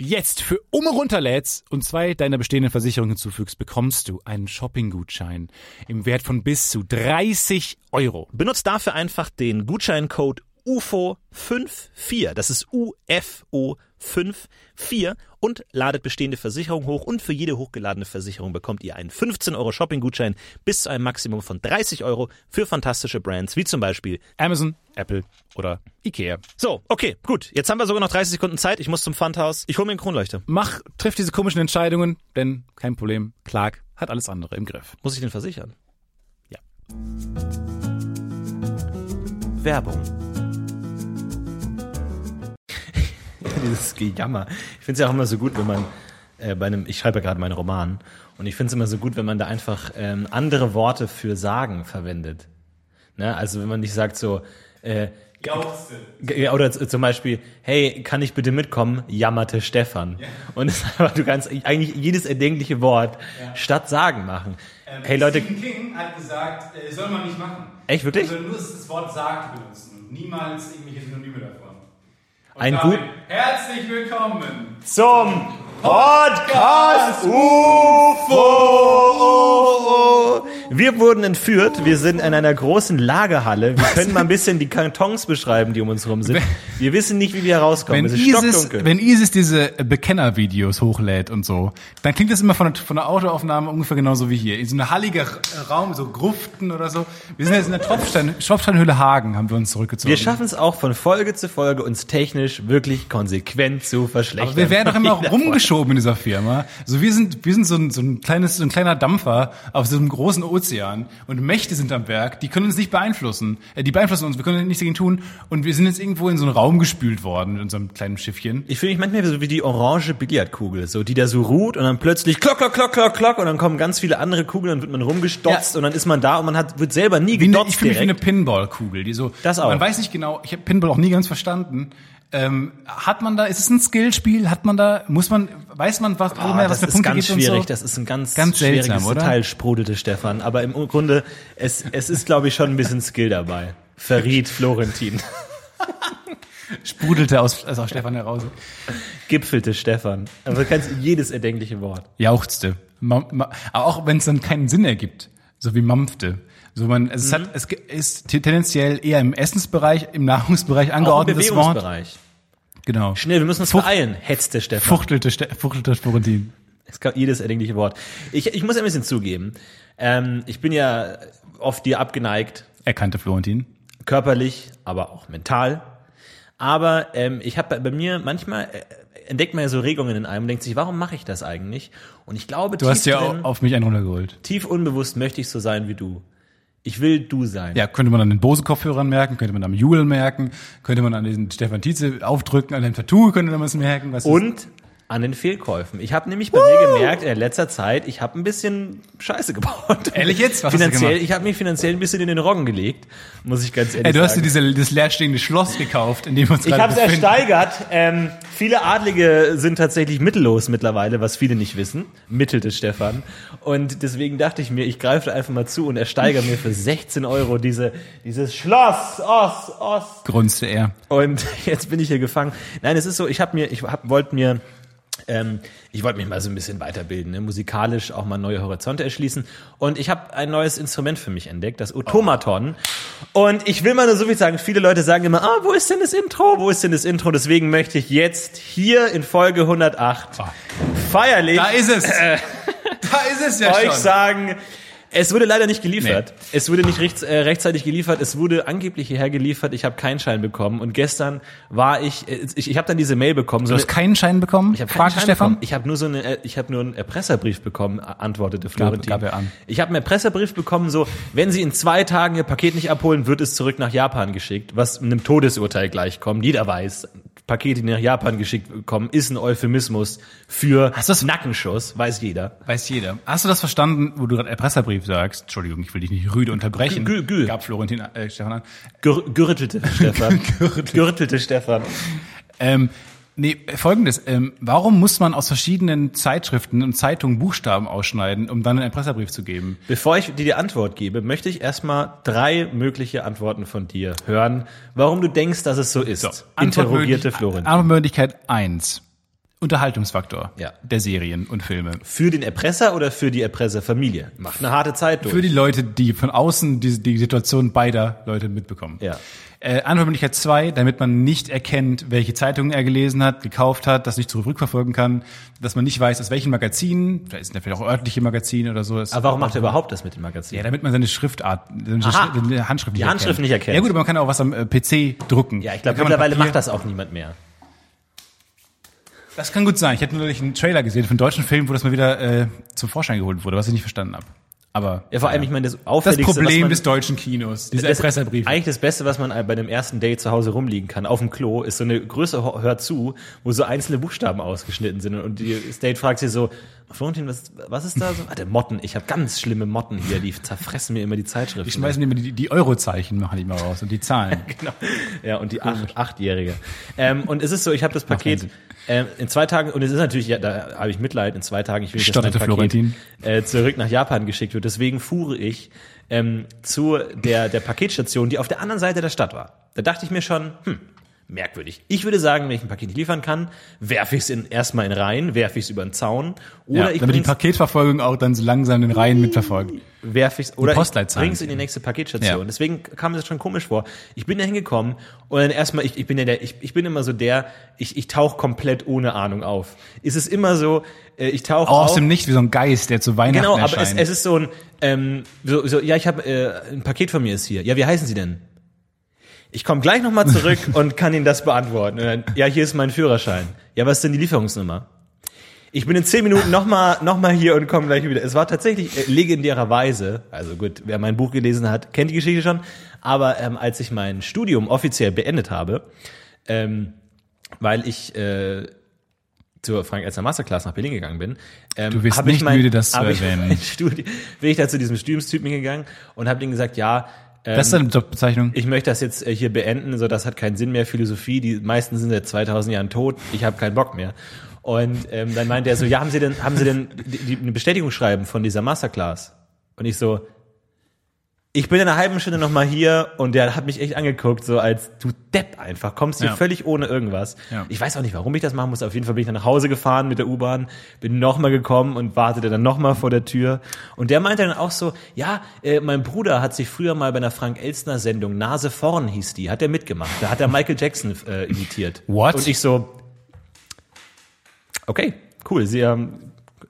jetzt für Umme runterlädst und zwei deiner bestehenden Versicherungen hinzufügst, bekommst du einen Shopping-Gutschein im Wert von bis zu 30 Euro. Benutzt dafür einfach den Gutscheincode UFO54, das ist UFO54 und ladet bestehende Versicherungen hoch und für jede hochgeladene Versicherung bekommt ihr einen 15 Euro Shopping-Gutschein bis zu einem Maximum von 30 Euro für fantastische Brands wie zum Beispiel Amazon, Apple oder Ikea. So, okay, gut. Jetzt haben wir sogar noch 30 Sekunden Zeit. Ich muss zum Pfandhaus. Ich hole mir einen Kronleuchter. mach, triff diese komischen Entscheidungen, denn kein Problem, Clark hat alles andere im Griff. Muss ich den versichern? Werbung. Dieses Gejammer. Ich finde es ja auch immer so gut, wenn man äh, bei einem, ich schreibe ja gerade meinen Roman, und ich finde es immer so gut, wenn man da einfach ähm, andere Worte für sagen verwendet. Ne? Also wenn man nicht sagt so, äh, G- ja, oder z- zum Beispiel, hey, kann ich bitte mitkommen? Jammerte Stefan. Und es ist einfach, du kannst eigentlich jedes erdenkliche Wort statt sagen machen. Ähm, hey Leute, Stephen King hat gesagt, äh, soll man nicht machen. Echt, wirklich? Also nur das Wort sagt benutzen. und Niemals irgendwelche Synonyme davon. Und Ein damit gut- Herzlich willkommen. zum Podcast UFO. Wir wurden entführt. Wir sind in einer großen Lagerhalle. Wir können mal ein bisschen die Kartons beschreiben, die um uns herum sind. Wir wissen nicht, wie wir herauskommen. es Wenn ist ISIS, stockdunkel. wenn ISIS diese äh, Bekennervideos hochlädt und so, dann klingt das immer von der, von der Autoaufnahme ungefähr genauso wie hier. In so einer halliger Raum, so Gruften oder so. Wir sind jetzt in der Tropfstein, Tropfsteinhöhle Hagen, haben wir uns zurückgezogen. wir schaffen es auch von Folge zu Folge, uns technisch wirklich konsequent zu verschlechtern. Aber wir werden doch immer rumgeschoben in dieser Firma. So wir sind, wir sind so ein, so ein kleines, so ein kleiner Dampfer auf so einem großen Ozean und Mächte sind am Werk. Die können uns nicht beeinflussen. Äh, die beeinflussen uns. Wir können nichts dagegen tun. Und wir sind jetzt irgendwo in so einen Raum gespült worden in unserem kleinen Schiffchen. Ich fühle mich manchmal so wie die orange Billardkugel, so die da so ruht und dann plötzlich klock, klock, klock, klock, klock und dann kommen ganz viele andere Kugeln und wird man rumgestotzt Ja. und dann ist man da und man hat, wird selber nie Wie eine, gedotzt ich fühle mich wie eine direkt. Pinballkugel, die so. Das auch. Man weiß nicht genau. Ich habe Pinball auch nie ganz verstanden. Ähm, hat man da? Ist es ein Skillspiel? Hat man da? Muss man? Weiß man was? Ah, woher das für ist Punkte ganz gibt und schwierig, so? das ist ein ganz, Ganz schwieriges seltsam, oder? Teil, sprudelte Stefan. Aber im Grunde, es, es ist, glaube ich, schon ein bisschen Skill dabei. Verriet Florentin. sprudelte aus, also aus Stefan heraus. Gipfelte Stefan. Also du kannst jedes erdenkliche Wort. jauchzte. Ma ma aber auch wenn es dann keinen Sinn ergibt, so wie mampfte. So man, es, Mhm. hat, es ge- ist te- tendenziell eher im Essensbereich, im Nahrungsbereich Auch im angeordnetes Wort. Bewegungsbereich. Genau. Schnell, wir müssen uns Fucht- beeilen, hetzte Stefan. Fuchtelte, Ste- fuchtelte Sporentin. Es gab jedes erdenkliche Wort. Ich, ich muss ein bisschen zugeben, ähm, ich bin ja oft dir abgeneigt, Erkannte Florentin. körperlich, aber auch mental. Aber ähm, ich habe bei, bei mir manchmal äh, entdeckt man ja so Regungen in einem und denkt sich, warum mache ich das eigentlich? Und ich glaube, Du hast ja au- drin, auf mich einen runtergeholt. tief unbewusst möchte ich so sein wie du. Ich will du sein. Ja, könnte man an den Bose-Kopfhörern merken, könnte man am Jule merken, könnte man an den Stefan Tietze aufdrücken, an dem Tattoo könnte man es merken. Was ist- Und an den Fehlkäufen. Ich habe nämlich bei mir gemerkt, in letzter Zeit, ich habe ein bisschen Scheiße gebaut. Ehrlich jetzt? Was hast du finanziell, gemacht? ich habe mich finanziell ein bisschen in den Roggen gelegt, muss ich ganz ehrlich Ey, du hast dir sagen. diese, das leerstehende Schloss gekauft, in dem wir uns ich gerade habe es befinden. ersteigert. Ähm, viele Adlige sind tatsächlich mittellos mittlerweile, was viele nicht wissen. Mittelte Stefan. Und deswegen dachte ich mir, ich greife da einfach mal zu und ersteigere mir für 16 Euro diese, dieses Schloss. Oss, Oss. Grunzte er. Und jetzt bin ich hier gefangen. Nein, es ist so, ich habe mir, ich hab, wollte mir, ähm, ich wollte mich mal so ein bisschen weiterbilden, ne? musikalisch auch mal neue Horizonte erschließen. Und ich habe ein neues Instrument für mich entdeckt, das Automaton. Und ich will mal nur so viel sagen, viele Leute sagen immer, ah, wo ist denn das Intro? Wo ist denn das Intro? Deswegen möchte ich jetzt hier in Folge 108 feierlich Da ist es. da ist es ja euch schon. sagen, es wurde leider nicht geliefert. Es wurde nicht rechts, äh, rechtzeitig geliefert. Es wurde angeblich hierher geliefert. Ich habe keinen Schein bekommen. Und gestern war ich, äh, ich, ich habe dann diese Mail bekommen. So Du eine, hast keinen Schein bekommen? ich habe keinen Fragte Schein Stefan. bekommen. Ich habe nur so eine, äh, ich habe nur einen Erpresserbrief bekommen, a- antwortete Florentin. gab er an. Ich habe einen Erpresserbrief bekommen, so wenn Sie in zwei Tagen Ihr Paket nicht abholen, wird es zurück nach Japan geschickt, was einem Todesurteil gleichkommt. Jeder weiß, Pakete, die nach Japan geschickt kommen, ist ein Euphemismus für Hast du's- Nackenschuss, weiß jeder. Weiß jeder. Hast du das verstanden, wo du gerade Erpresserbrief sagst? Entschuldigung, ich will dich nicht rüde unterbrechen. Gü- gü- gü. Gab Florentin äh, Stefan an. Gür gürtelte Stefan. Gürtelte Stefan. Ähm, nee, folgendes. Ähm, warum muss man aus verschiedenen Zeitschriften und Zeitungen Buchstaben ausschneiden, um dann einen Erpresserbrief zu geben? Bevor ich dir die Antwort gebe, möchte ich erstmal drei mögliche Antworten von dir hören, warum du denkst, dass es so ist. Interrogierte Antwortmöglich- Florentin. Antwortmöglichkeit eins: Unterhaltungsfaktor Ja. der Serien und Filme. Für den Erpresser oder für die Erpresserfamilie? Macht eine harte Zeit durch. Für die Leute, die von außen die, die Situation beider Leute mitbekommen. Ja. Äh, Antwortmöglichkeit zwei, damit man nicht erkennt, welche Zeitungen er gelesen hat, gekauft hat, das nicht zurückverfolgen kann, dass man nicht weiß, aus welchen Magazinen, vielleicht sind ja vielleicht auch örtliche Magazine oder so. das- Aber warum macht er überhaupt das mit dem Magazin? Ja, damit man seine Schriftart, seine Aha. Schri- seine Handschrift Die Handschrift nicht erkennt. Ja gut, aber man kann auch was am äh, PC drucken. Ja, ich glaube, Da kann man mittlerweile Papier- macht das auch niemand mehr. Das kann gut sein. Ich hätte neulich einen Trailer gesehen von einem deutschen Film, wo das mal wieder äh, zum Vorschein geholt wurde, was ich nicht verstanden habe. Aber Ja, vor allem, ich meine, das das auffälligste, was Problem man, des deutschen Kinos, diese das- Erpresserbriefe. Eigentlich das Beste, was man bei einem ersten Date zu Hause rumliegen kann, auf dem Klo, ist so eine Größe Ho- Hör zu, wo so einzelne Buchstaben ausgeschnitten sind. Und die das Date fragt sie so, Florentin, was, was ist da so? Ah, der Motten. Ich habe ganz schlimme Motten hier, die zerfressen mir immer die Zeitschriften. Ich schmeiße mir immer die, die Eurozeichen, machen die mal raus und die Zahlen. genau. Ja, und die acht, Achtjährige. Ähm, und es ist so, ich habe das Paket ähm, in zwei Tagen, und es ist natürlich, ja, da habe ich Mitleid, in zwei Tagen, ich will nicht, dass mein Stotterte Paket Florentin. äh, zurück nach Japan geschickt wird. Deswegen fuhre ich ähm, zu der, der Paketstation, die auf der anderen Seite der Stadt war. Da dachte ich mir schon, hm, merkwürdig. Ich würde sagen, wenn ich ein Paket nicht liefern kann, werfe ich es in, erstmal in Reihen, werfe ich es über den Zaun, oder ja, ich damit die bring's- Paketverfolgung auch dann so langsam den Reihen mitverfolgt. werfe ich es oder ich Postleitzahlen bring's in die eben. nächste Paketstation. Ja. Deswegen kam mir das schon komisch vor. Ich bin da hingekommen und dann erstmal, ich, ich bin ja der, ich, ich bin immer so der, ich, ich tauche komplett ohne Ahnung auf. Ist es immer so, äh, ich tauche Auch aus auf, dem Nichts, wie so ein Geist, der zu Weihnachten Genau, aber es, erscheint. es ist so ein, ähm, so, so, ja, ich habe äh, ein Paket von mir ist hier. Ja, wie heißen Sie denn? Ich komme gleich nochmal zurück und kann Ihnen das beantworten. Und dann, ja, hier ist mein Führerschein. Ja, was ist denn die Lieferungsnummer? Ich bin in zehn Minuten nochmal noch mal hier und komme gleich wieder. Es war tatsächlich äh, legendärerweise, also gut, wer mein Buch gelesen hat, kennt die Geschichte schon, aber ähm, als ich mein Studium offiziell beendet habe, ähm, weil ich äh, zur Frank Elster Masterclass nach Berlin gegangen bin. Ähm, Du bist hab nicht müde, das zu hab ich erwähnen. mein Studi- bin ich da zu diesem Studiumstypen hingegangen und habe denen gesagt, ja, ähm, das ist eine Jobbezeichnung. ich möchte das jetzt äh, hier beenden, so das hat keinen Sinn mehr, Philosophie, die meisten sind seit 2000 Jahren tot, ich habe keinen Bock mehr. Und ähm, dann meinte er so, ja, haben Sie denn, haben Sie denn die, die, eine Bestätigung schreiben von dieser Masterclass? Und ich so, ich bin in einer halben Stunde nochmal hier und der hat mich echt angeguckt, so als du Depp einfach, kommst hier Ja. völlig ohne irgendwas. Ja. Ich weiß auch nicht, warum ich das machen musste. Auf jeden Fall bin ich dann nach Hause gefahren mit der U-Bahn, bin nochmal gekommen und wartete dann nochmal vor der Tür. Und der meinte dann auch so, ja, äh, mein Bruder hat sich früher mal bei einer Frank-Elstner-Sendung, Nase vorn hieß die, hat er mitgemacht. Da hat er Michael Jackson äh, imitiert. What? Und ich so, okay, cool, sie haben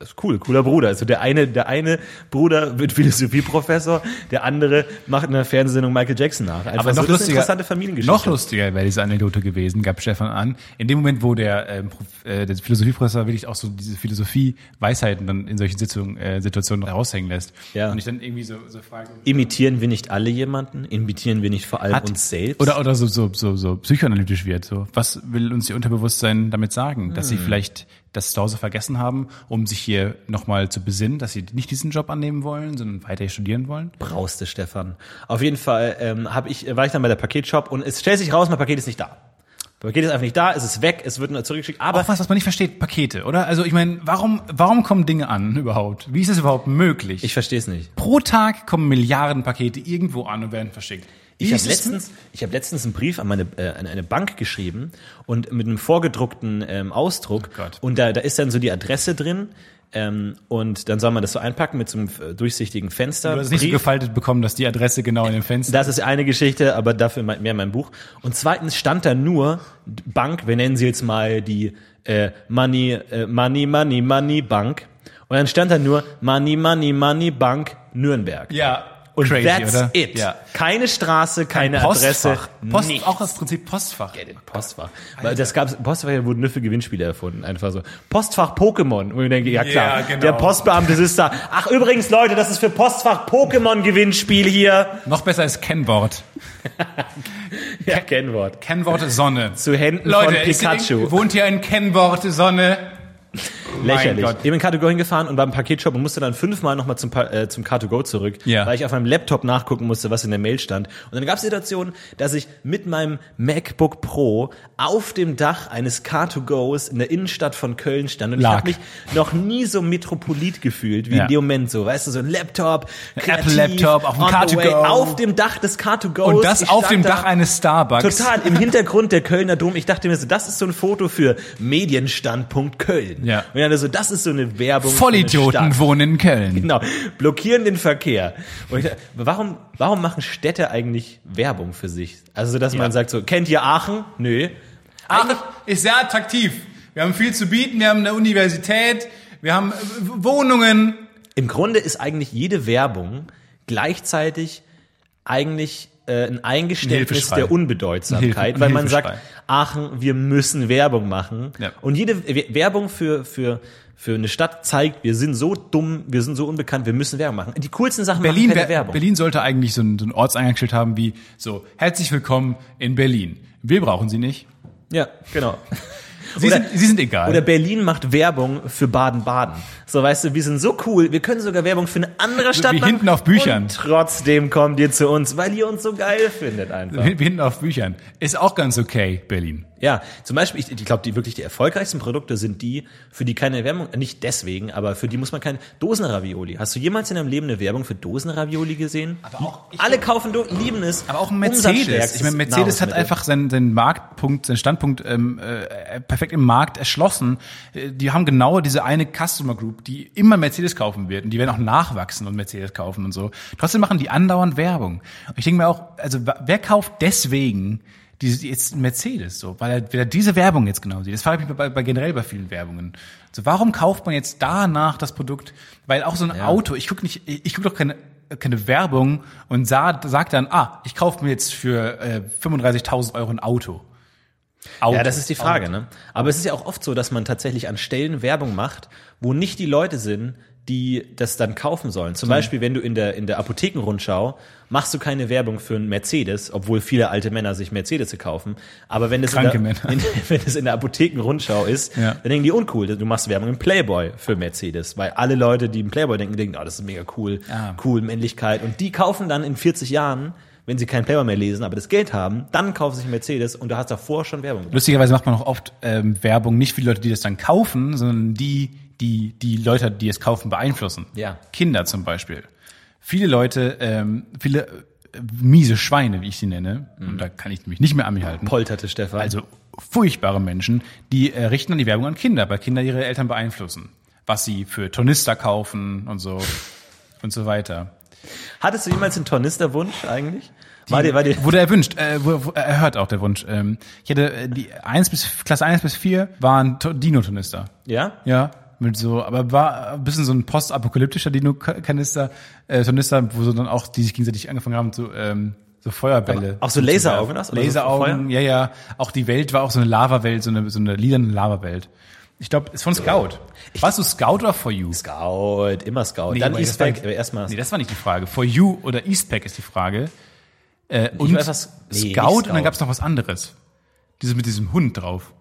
ist cool, cooler Bruder. Also der eine, der eine Bruder wird Philosophieprofessor, der andere macht in einer Fernsehsendung Michael Jackson nach. Einfach Aber noch das ist eine lustiger, interessante Familiengeschichte. noch lustiger wäre diese Anekdote gewesen, gab Stefan an. In dem Moment, wo der, ähm, Prof- äh, der Philosophieprofessor wirklich auch so diese Philosophie-Weisheiten dann in solchen Sitzungen, äh, Situationen raushängen lässt. Ja. Und ich dann irgendwie so, so frage, Imitieren wir nicht alle jemanden? Imitieren wir nicht vor allem Hat- uns selbst? Oder, oder so, Hm. so, so, so psychoanalytisch wird. So, was will uns ihr Unterbewusstsein damit sagen? Dass sie vielleicht, das zu Hause vergessen haben, um sich hier nochmal zu besinnen, dass sie nicht diesen Job annehmen wollen, sondern weiter hier studieren wollen. Brauste, Stefan. Auf jeden Fall ähm, hab ich, war ich dann bei der Paketshop und es stellt sich raus, mein Paket ist nicht da. Mein Paket ist einfach nicht da, es ist weg, es wird nur zurückgeschickt, aber Auch was, was man nicht versteht, Pakete, oder? Also ich meine, warum, warum kommen Dinge an überhaupt? Wie ist es überhaupt möglich? ich verstehe es nicht. Pro Tag kommen Milliarden Pakete irgendwo an und werden verschickt. Wie Ich habe ist es letztens, ich hab letztens einen Brief an, meine, äh, an eine Bank geschrieben und mit einem vorgedruckten ähm, Ausdruck. Oh Gott. und da, da ist dann so die Adresse drin. Ähm, und dann soll man das so einpacken mit so einem äh, durchsichtigen Fenster. Du hast es nicht so Brief. gefaltet bekommen, dass die Adresse genau in dem Fenster. Das ist eine Geschichte, aber dafür me- mehr mein Buch. Und zweitens stand da nur Bank, wir nennen sie jetzt mal die äh, Money, äh, Money, Money, Money Bank. Und dann stand da nur Money, Money, Money Bank Nürnberg. Ja, Und crazy, that's oder? it. Ja. Keine Straße, keine Adresse, Postfach. Post, nichts. auch das Prinzip Postfach. Ja, den Postfach. Weil das gab's, Postfach wurden nur für Gewinnspiele erfunden, einfach so. Postfach Pokémon. Und ich denke, ja klar, Ja, genau. der Postbeamte sitzt da. Ach übrigens, Leute, das ist für Postfach Pokémon Gewinnspiel hier. Noch besser ist Kennwort. Ja, Kennwort. Kennwort Sonne. Zu Händen Leute, von ist Pikachu. hier- wohnt hier ein Kennwort Sonne? Lächerlich. Gott. Ich bin in Car2Go hingefahren und war im Paketshop und musste dann fünfmal nochmal zum, Pa- äh, zum Car2Go zurück, Ja. weil ich auf meinem Laptop nachgucken musste, was in der Mail stand. Und dann gab es Situationen, dass ich mit meinem MacBook Pro auf dem Dach eines Car2Gos in der Innenstadt von Köln stand. Und ich Lag. habe mich noch nie so metropolit gefühlt wie Ja. in dem Moment so. Weißt du, so ein Laptop, kreativ, Apple-Laptop auf dem on the Car2Go. way, Auf dem Dach des Car2Gos. Und das Ich auf stand dem da- Dach eines Starbucks. Total, im Hintergrund der Kölner Dom. Ich dachte mir so, das ist so ein Foto für Medienstandpunkt Köln. Ja. Und dann so, das ist so eine Werbung. für eine Vollidioten Stadt. wohnen in Köln. Genau, blockieren den Verkehr. Und ich dachte, warum, warum machen Städte eigentlich Werbung für sich? Also, so, dass man sagt so, kennt ihr Aachen? Nö. Aachen ist sehr attraktiv. Wir haben viel zu bieten, wir haben eine Universität, wir haben äh, Wohnungen. Im Grunde ist eigentlich jede Werbung gleichzeitig eigentlich äh, ein Eingeständnis Hilfeschrei. der Ein Hilfe- Unbedeutsamkeit, ein weil man sagt, Hilfeschrei. Aachen, wir müssen Werbung machen. Ja. Und jede We- Werbung für, für, für eine Stadt zeigt, wir sind so dumm, wir sind so unbekannt, wir müssen Werbung machen. Die coolsten Sachen Berlin, machen keine wär- Werbung. Berlin sollte eigentlich so ein, so ein Ortseingangsschild haben wie so, herzlich willkommen in Berlin. Wir brauchen sie nicht. Ja, genau. Sie, Oder- sind, sie sind egal. Oder Berlin macht Werbung für Baden-Baden. So, weißt du, wir sind so cool, wir können sogar Werbung für eine andere Stadt wie machen. hinten auf Büchern. Und trotzdem kommt ihr zu uns, weil ihr uns so geil findet einfach. Wir hinten auf Büchern. Ist auch ganz okay, Berlin. Ja, zum Beispiel, ich, ich glaube, die wirklich die erfolgreichsten Produkte sind die, für die keine Werbung, äh, nicht deswegen, aber für die muss man keine Dosenravioli. Hast du jemals in deinem Leben eine Werbung für Dosenravioli gesehen? Aber auch- Alle kaufen, Do- lieben es. Aber auch ein Mercedes. Ich meine, Mercedes hat Nahrungsmittel. einfach seinen, seinen Marktpunkt, seinen Standpunkt ähm, äh, perfekt im Markt erschlossen. Äh, Die haben genau diese eine Customer Group, die immer Mercedes kaufen wird und die werden auch nachwachsen und Mercedes kaufen und so. Trotzdem machen die andauernd Werbung. Und ich denke mir auch, also wa- wer kauft deswegen diese, jetzt einen Mercedes so, weil er, weil er diese Werbung jetzt genau sieht. Das frage ich mich bei, bei generell bei vielen Werbungen. So, warum kauft man jetzt danach das Produkt? Weil auch so ein Auto, ich gucke nicht, ich, ich gucke doch keine keine Werbung und sah, sagt dann, ah, ich kaufe mir jetzt für äh, 35.000 Euro ein Auto. Auto. Ja, das ist die Frage, ne? Aber es ist ja auch oft so, dass man tatsächlich an Stellen Werbung macht, wo nicht die Leute sind, die das dann kaufen sollen. Mhm. Zum Beispiel, wenn du in der, in der Apothekenrundschau machst du keine Werbung für einen Mercedes, obwohl viele alte Männer sich Mercedes kaufen. Aber wenn es, in der, Kranke Männer. in, wenn es in der Apothekenrundschau ist, Ja. dann denken die uncool. Du machst Werbung im Playboy für Mercedes, weil alle Leute, die im Playboy denken, denken, oh, das ist mega cool, Ah. cool, Männlichkeit. Und die kaufen dann in 40 Jahren, wenn sie keinen Playboy mehr lesen, aber das Geld haben, dann kaufen sie sich einen Mercedes und du hast davor schon Werbung gemacht. Lustigerweise macht man auch oft ähm, Werbung nicht für die Leute, die das dann kaufen, sondern die, die die Leute, die es kaufen, beeinflussen. Ja. Kinder zum Beispiel. Viele Leute, ähm, viele äh, miese Schweine, wie ich sie nenne, und da kann ich mich nicht mehr an mich halten. polterte Stefan. also furchtbare Menschen, die äh, richten dann die Werbung an Kinder, weil Kinder ihre Eltern beeinflussen, was sie für Tornister kaufen und so und so weiter. hattest du jemals einen Tornisterwunsch eigentlich? War dir, war dir, Wurde erwünscht, äh, wurde, wurde erhört auch der Wunsch. Ähm, ich hätte äh, die 1 bis Klasse 1 bis 4 waren To- Dino-Tornister. ja? Ja, mit so, aber war ein bisschen so ein postapokalyptischer Dino-Kanister, äh, Tornister, wo so dann auch die sich gegenseitig angefangen haben zu ähm, so Feuerbälle. Auch so Laseraugen, das? Oder so Laseraugen, Feuer? ja, ja. Auch die Welt war auch so eine Lava-Welt, so eine, so eine lilane Lava-Welt. Ich glaube, ist von Scout. Warst du Scout oder For You? Scout, immer Scout. Nee, Dann aber das E-Spec, war- aber erstmal. Nee, das war nicht die Frage. For You oder Eastpack ist die Frage. Äh, und weiß, was- nee, nicht Scout und Scout. dann gab's noch was anderes. Dieses mit diesem Hund drauf.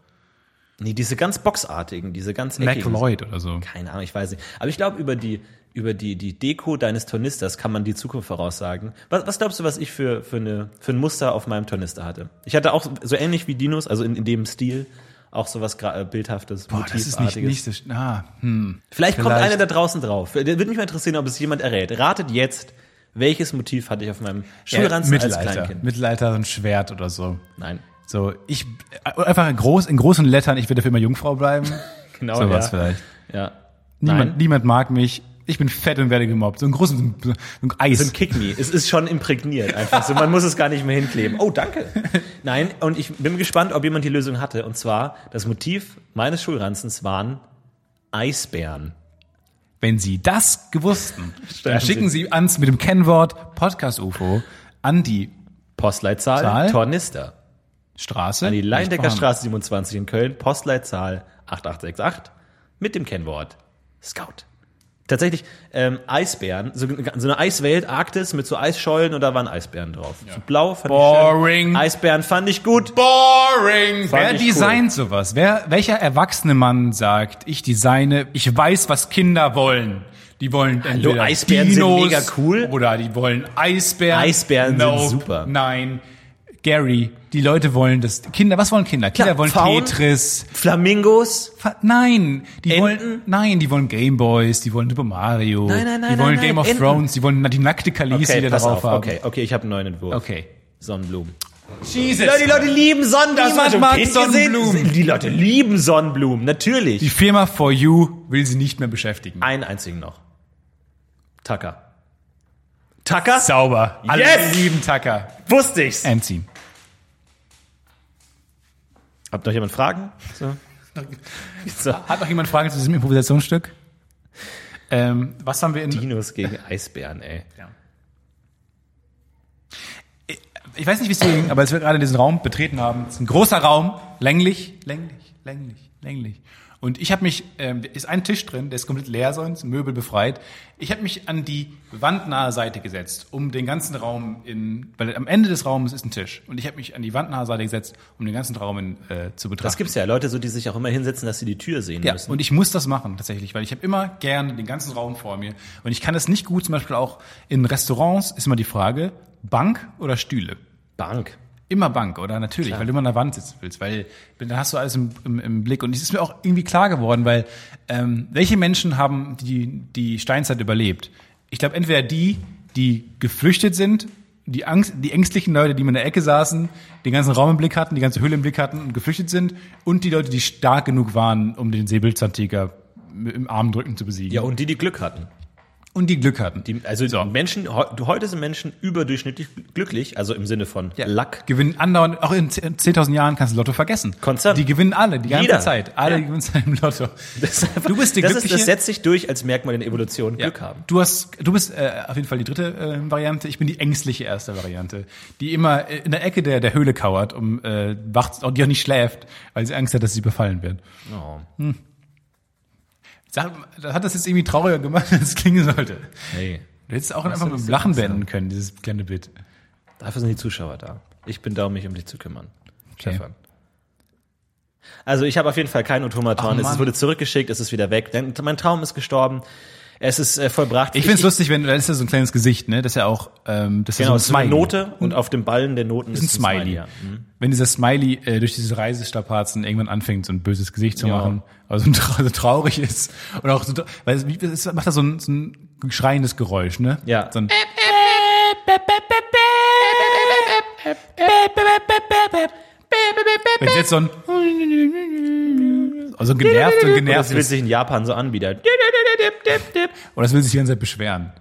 Nee, diese ganz boxartigen, diese ganz eckigen. MacLeod oder so. Keine Ahnung, ich weiß nicht. Aber ich glaube, über die, über die, die Deko deines Tornisters kann man die Zukunft voraussagen. Was, was glaubst du, was ich für, für, eine, für ein Muster auf meinem Tornister hatte? Ich hatte auch so ähnlich wie Dinos, also in, in dem Stil, auch so was gra- äh, Bildhaftes, Boah, Oh, das ist nicht, nicht so, sch- ah, hm. Vielleicht kommt Vielleicht. einer da draußen drauf. Der Würde mich mal interessieren, ob es jemand errät. Ratet jetzt, welches Motiv hatte ich auf meinem Schulranzen als Äh, Mittelalter. Kleinkind? Mittelalter, so ein Schwert oder so. Nein. So, ich, äh, einfach in, groß, in großen Lettern, ich werde für immer Jungfrau bleiben. Genau, so was ja. vielleicht. Ja. Nein. Niemand, niemand mag mich. Ich bin fett und werde gemobbt. So ein großes, so ein Eis. So ein Kick Me. Es ist schon imprägniert einfach so. Man muss es gar nicht mehr hinkleben. Oh, danke. Nein, und ich bin gespannt, ob jemand die Lösung hatte. Und zwar, das Motiv meines Schulranzens waren Eisbären. Wenn Sie das gewussten, Stellen dann schicken Sie ans mit dem Kennwort Podcast UFO an die Postleitzahl Zahl? Tornister. Straße. Die Leindecker Nicht vorhanden. Straße 27 in Köln, Postleitzahl 8868 mit dem Kennwort Scout. Tatsächlich, ähm, Eisbären, so, so eine Eiswelt, Arktis mit so Eisschollen und da waren Eisbären drauf. So blau fand ich schön. Boring. Eisbären fand ich gut. Boring. Fand Wer ich cool. designt sowas? Wer, welcher erwachsene Mann sagt, ich designe, ich weiß, was Kinder wollen? Die wollen Hallo, entweder Eisbären sind Dinos mega cool. Oder die wollen Eisbären. Eisbären sind Nope. super. Nein. Gary, die Leute wollen das. Kinder, was wollen Kinder? Kinder Klar, wollen Pfauen. Tetris. Flamingos? Fa- Nein, die Enten? wollen nein, die wollen Gameboys, die wollen Super Mario, Nein, nein, nein, die wollen nein, Game nein, of Enten. Thrones, die wollen die nackte Kalisi, die da pass auf. drauf haben. Okay, okay, ich habe einen neuen Entwurf. okay. Sonnenblumen. Jesus. Ja, die Leute lieben Sonnenblumen. Niemand Hast du mag Kind gesehen? Sonnenblumen. Die Leute lieben Sonnenblumen, natürlich. Die Firma For You will sie nicht mehr beschäftigen. Einen einzigen noch. Tucker. Tucker? Sauber. Alle Yes! lieben Tucker. Wusste ich's. Anziehen. Habt noch jemand Fragen? So. so. Hat noch jemand Fragen zu diesem Improvisationsstück? Ähm, was haben wir in Dinos gegen Eisbären, ey. Ich weiß nicht, wie es dir ging, aber als wir gerade diesen Raum betreten haben, es ist ein großer Raum, länglich, länglich, länglich, länglich. Und ich habe mich, ähm, ist ein Tisch drin, der ist komplett leer sonst, Möbel befreit. Ich habe mich an die wandnahe Seite gesetzt, um den ganzen Raum in, weil am Ende des Raumes ist ein Tisch. Und ich habe mich an die wandnahe Seite gesetzt, um den ganzen Raum in, äh, zu betrachten. Das gibt's ja. Leute, so, die sich auch immer hinsetzen, dass sie die Tür sehen Ja, müssen. und ich muss das machen tatsächlich, weil ich habe immer gerne den ganzen Raum vor mir. Und ich kann das nicht gut, zum Beispiel auch in Restaurants ist immer die Frage, Bank oder Stühle? Bank. Immer Bank, oder? Natürlich, weil du immer an der Wand sitzen willst, weil dann hast du alles im, im, im Blick. Und es ist mir auch irgendwie klar geworden, weil ähm, welche Menschen haben die, die Steinzeit überlebt? Ich glaube, entweder die, die geflüchtet sind, die, Angst, die ängstlichen Leute, die immer in der Ecke saßen, den ganzen Raum im Blick hatten, die ganze Höhle im Blick hatten und geflüchtet sind, und die Leute, die stark genug waren, um den Säbelzahntiger im Arm drücken zu besiegen. Ja, und die, die Glück hatten. Und die Glück hatten. Die, also Menschen, heu- heute sind Menschen überdurchschnittlich glücklich, also im Sinne von Lack. Gewinnen andauernd, auch in 10 10.000 Jahren kannst du Lotto vergessen. Konstant. Die gewinnen alle, die ganze Jeder. Zeit. Alle Ja. gewinnen im Lotto. Das ist einfach- Du bist die das, ist, glückliche- das setzt sich durch als Merkmal in der Evolution, Glück haben. Du hast, du bist äh, auf jeden Fall die dritte äh, Variante. Ich bin die ängstliche erste Variante, die immer äh, in der Ecke der, der Höhle kauert, um äh, wacht und die auch nicht schläft, weil sie Angst hat, dass sie befallen wird. Oh. Sag, das hat das jetzt irgendwie trauriger gemacht, als es klingen sollte. Hey, Du hättest auch einfach mit dem Lachen beenden können, dieses kleine Bit. dafür sind die Zuschauer da. Ich bin da, um mich um dich zu kümmern. Okay. Stefan. Also ich habe auf jeden Fall keinen Automaton. Ach, es Mann. wurde zurückgeschickt, es ist wieder weg. Denn mein Traum ist gestorben. Es ist äh, vollbracht. Ich find's lustig, wenn da ist ja so ein kleines Gesicht, ne? Das ist ja auch, ähm, das ist Genau, ja es ist so ein eine Smiley. Note und auf dem Ballen der Noten Das ist ein Smiley. Mhm. ja. Wenn dieser Smiley äh, durch diese Reisestapazen irgendwann anfängt, so ein böses Gesicht zu machen, also so tra- so traurig ist und auch so, tra- weil es, wie- es macht da so ein, so ein schreiendes Geräusch, ne? Ja. So ein wenn jetzt so ein also genervt Und und das genervt will ist. sich in Japan so anbieten. Und das will sich die ganze Zeit beschweren.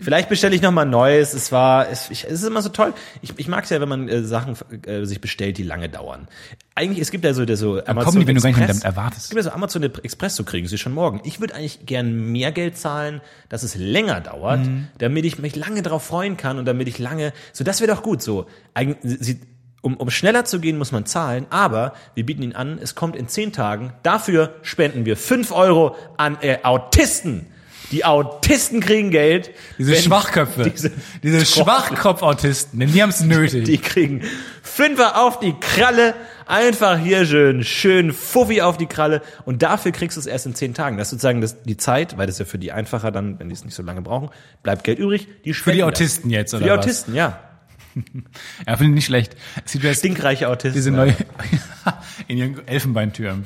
Vielleicht bestelle ich nochmal Neues. Es war, es, ich, es ist immer so toll. Ich, ich mag es ja, wenn man äh, Sachen äh, sich bestellt, die lange dauern. Eigentlich, es gibt ja so, der so Amazon kommen die, wenn du gar nicht Express. damit erwartest. Es gibt ja so Amazon Express zu kriegen, sie schon morgen. Ich würde eigentlich gern mehr Geld zahlen, dass es länger dauert, damit ich mich lange darauf freuen kann und damit ich lange, so das wäre doch gut so. Eig- sie, um, um schneller zu gehen, muss man zahlen, aber wir bieten ihnen an, es kommt in zehn Tagen. Dafür spenden wir fünf Euro an äh, Autisten. Die Autisten kriegen Geld. Diese wenn- Schwachköpfe, diese, diese- Schwachkopf-Autisten, denn die haben's nötig. die kriegen Fünfer auf die Kralle Einfach hier schön, schön Fuffi auf die Kralle. Und dafür kriegst du es erst in zehn Tagen. Das ist sozusagen das, die Zeit, weil das ist ja für die einfacher dann, wenn die es nicht so lange brauchen, bleibt Geld übrig. Die Für die spenden Autisten jetzt, das. oder Für die was? Autisten, ja. Ja, finde ich nicht schlecht. Es sieht jetzt Stinkreiche Autisten. diese neue, in ihren Elfenbeintürmen,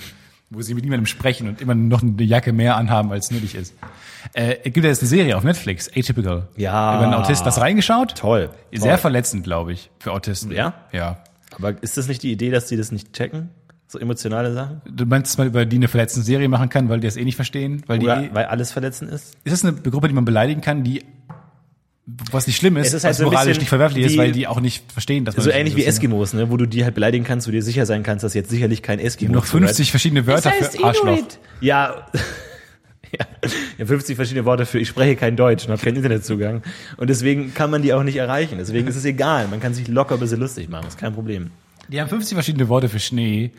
wo sie mit niemandem sprechen und immer noch eine Jacke mehr anhaben, als nötig ist. Äh, es gibt ja jetzt eine Serie auf Netflix, Atypical. Ja. Über einen Autist. Hast du reingeschaut? Toll. Sehr Toll. verletzend, glaube ich, für Autisten. Ja? Ja. Aber ist das nicht die Idee, dass die das nicht checken? So emotionale Sachen? Du meinst, dass man über die eine verletzende Serie machen kann, weil die das eh nicht verstehen? Weil die Oder eh, weil alles verletzen ist? ist das eine Gruppe, die man beleidigen kann, die was nicht schlimm ist, Es ist halt was so ein moralisch bisschen nicht verwerflich ist, die- weil die auch nicht verstehen, dass man So nicht- ähnlich wie dass- Eskimos, ne? wo du die halt beleidigen kannst, wo du dir sicher sein kannst, dass jetzt sicherlich kein Eskimo noch 50 verschiedene Das Wörter heißt für Arschloch. Inuit. Ja. ja. Ja, 50 verschiedene Worte für ich spreche kein Deutsch und habe keinen Internetzugang. Und deswegen kann man die auch nicht erreichen. Deswegen ist es egal. Man kann sich locker ein bisschen lustig machen. Ist kein Problem. Die haben 50 verschiedene Worte für Schnee,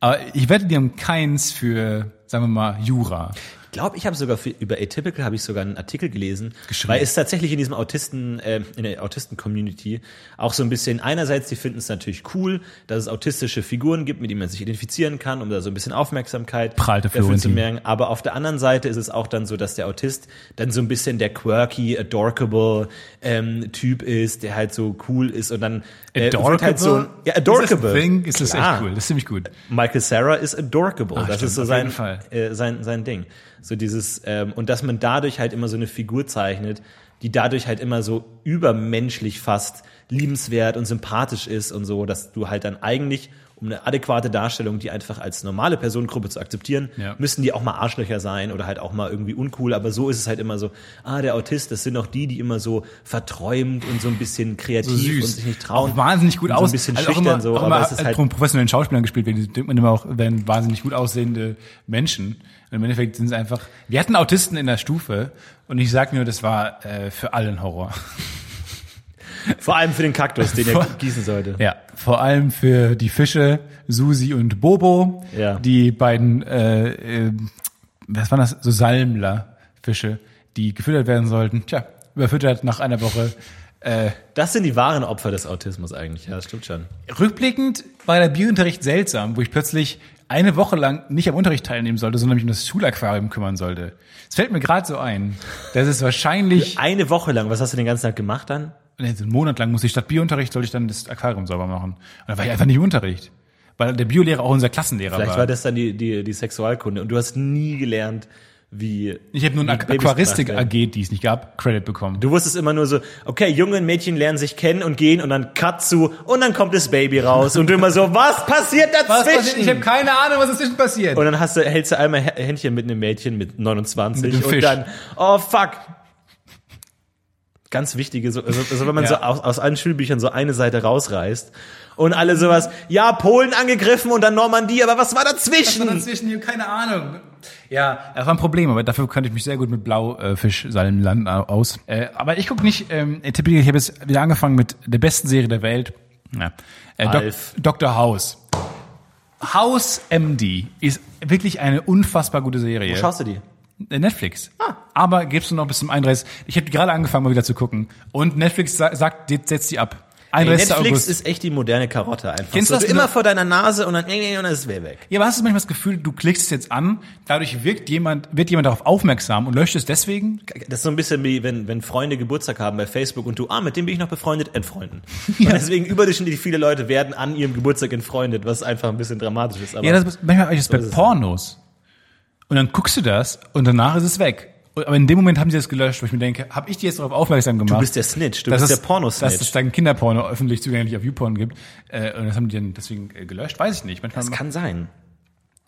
aber ich wette, die haben keins für, sagen wir mal, Jura. Ich glaube, ich habe sogar für, über Atypical habe ich sogar einen Artikel gelesen, Geschrieben. weil es tatsächlich in diesem Autisten, äh, in der Autisten-Community auch so ein bisschen, einerseits, die finden es natürlich cool, dass es autistische Figuren gibt, mit denen man sich identifizieren kann, um da so ein bisschen Aufmerksamkeit Prahlte dafür zu Florentin. merken. Aber auf der anderen Seite ist es auch dann so, dass der Autist dann so ein bisschen der quirky, adorkable ähm, Typ ist, der halt so cool ist und dann äh, wird halt so, ja, Ist das adorkable. ein Thing? Ist das Klar. echt cool. Das ist ziemlich gut. Michael Sarah ist adorkable. das Ah, stimmt, ist so auf sein, jeden Fall. Äh, sein, sein Ding. So dieses, ähm, und dass man dadurch halt immer so eine Figur zeichnet, die dadurch halt immer so übermenschlich fast liebenswert und sympathisch ist und so, dass du halt dann eigentlich, um eine adäquate Darstellung, die einfach als normale Personengruppe zu akzeptieren, Ja. müssen die auch mal Arschlöcher sein oder halt auch mal irgendwie uncool. Aber so ist es halt immer so, ah, der Autist, das sind auch die, die immer so verträumt und so ein bisschen kreativ So süß. und sich nicht trauen. Auch wahnsinnig gut und aus. so ein bisschen Also auch schüchtern immer, so, auch aber immer es ist halt von professionellen Schauspielern gespielt werden. Die denkt man immer auch, werden wahnsinnig gut aussehende Menschen. Und im Endeffekt sind es einfach, wir hatten Autisten in der Stufe und ich sag nur, das war äh, für alle ein Horror. vor allem für den Kaktus, den er Vor- gießen sollte. Ja, vor allem für die Fische Susi und Bobo, Ja. die beiden, äh, äh, was waren das, so Salmler-Fische, die gefüttert werden sollten. Tja, überfüttert nach einer Woche. Das sind die wahren Opfer des Autismus eigentlich, ja, das stimmt schon. Rückblickend war der Biounterricht seltsam, wo ich plötzlich eine Woche lang nicht am Unterricht teilnehmen sollte, sondern mich um das Schulaquarium kümmern sollte. Es fällt mir gerade so ein, dass es wahrscheinlich, Eine Woche lang, was hast du den ganzen Tag gemacht dann? nee, so einen Monat lang musste ich statt Biounterricht, sollte ich dann das Aquarium sauber machen. Und da war ich einfach nicht im Unterricht. Weil der Biolehrer auch unser Klassenlehrer Vielleicht war. war das dann die, die, die Sexualkunde und du hast nie gelernt, wie. Ich habe nur eine wie Babys Aquaristik gemacht werden. AG, die es nicht gab, Credit bekommen. Du wusstest immer nur so, okay, Junge und Mädchen lernen sich kennen und gehen und dann Cut zu und dann kommt das Baby raus und du immer so, was passiert dazwischen? hab keine Ahnung, was dazwischen passiert. und dann hast du, hältst du einmal Hä- Händchen mit einem Mädchen mit 29 Mit dem und Fisch. dann, oh fuck. Ganz wichtige, so, also, also wenn man Ja. so aus, aus allen Schulbüchern so eine Seite rausreißt und alle sowas, ja, Polen angegriffen und dann Normandie, aber was war dazwischen? dazwischen hier keine Ahnung. Ja, das war ein Problem, aber dafür könnte ich mich sehr gut mit äh, Blaufischsalmland aus. Äh, aber ich gucke nicht, ähm, typisch, ich habe jetzt wieder angefangen mit der besten Serie der Welt. Ja. Äh, Dok- Alf. Dr. House. House MD ist wirklich eine unfassbar gute Serie. Wo schaust du die? Äh, Netflix. Ah. Aber gibst du noch bis zum 31. Ich habe gerade angefangen, mal wieder zu gucken. Und Netflix sa- sagt, jetzt setzt die ab. 31. Netflix August. ist echt die moderne Karotte einfach. Kennst du so, das, genau? du wenn immer du- vor deiner Nase und dann, äh, und dann ist es weg. Ja, aber hast du manchmal das Gefühl, du klickst es jetzt an, dadurch wirkt jemand, wird jemand darauf aufmerksam und löscht es deswegen? Das ist so ein bisschen wie, wenn, wenn Freunde Geburtstag haben bei Facebook und du, ah, mit dem bin ich noch befreundet, entfreunden. Und deswegen überdurchschnittlich viele Leute werden an ihrem Geburtstag entfreundet, was einfach ein bisschen dramatisch ist. Aber Ja, das, manchmal habe ich das bei ist es. Pornos. Und dann guckst du das und danach ist es weg. Und, aber in dem Moment haben sie das gelöscht, wo ich mir denke, habe ich die jetzt darauf aufmerksam gemacht? du bist der Snitch, du dass bist es- der Dass es Pornosnitch. dann Kinderporno öffentlich zugänglich auf YouPorn gibt. Äh, und das haben die dann deswegen äh, gelöscht, weiß ich nicht. Manchmal Das kann sein.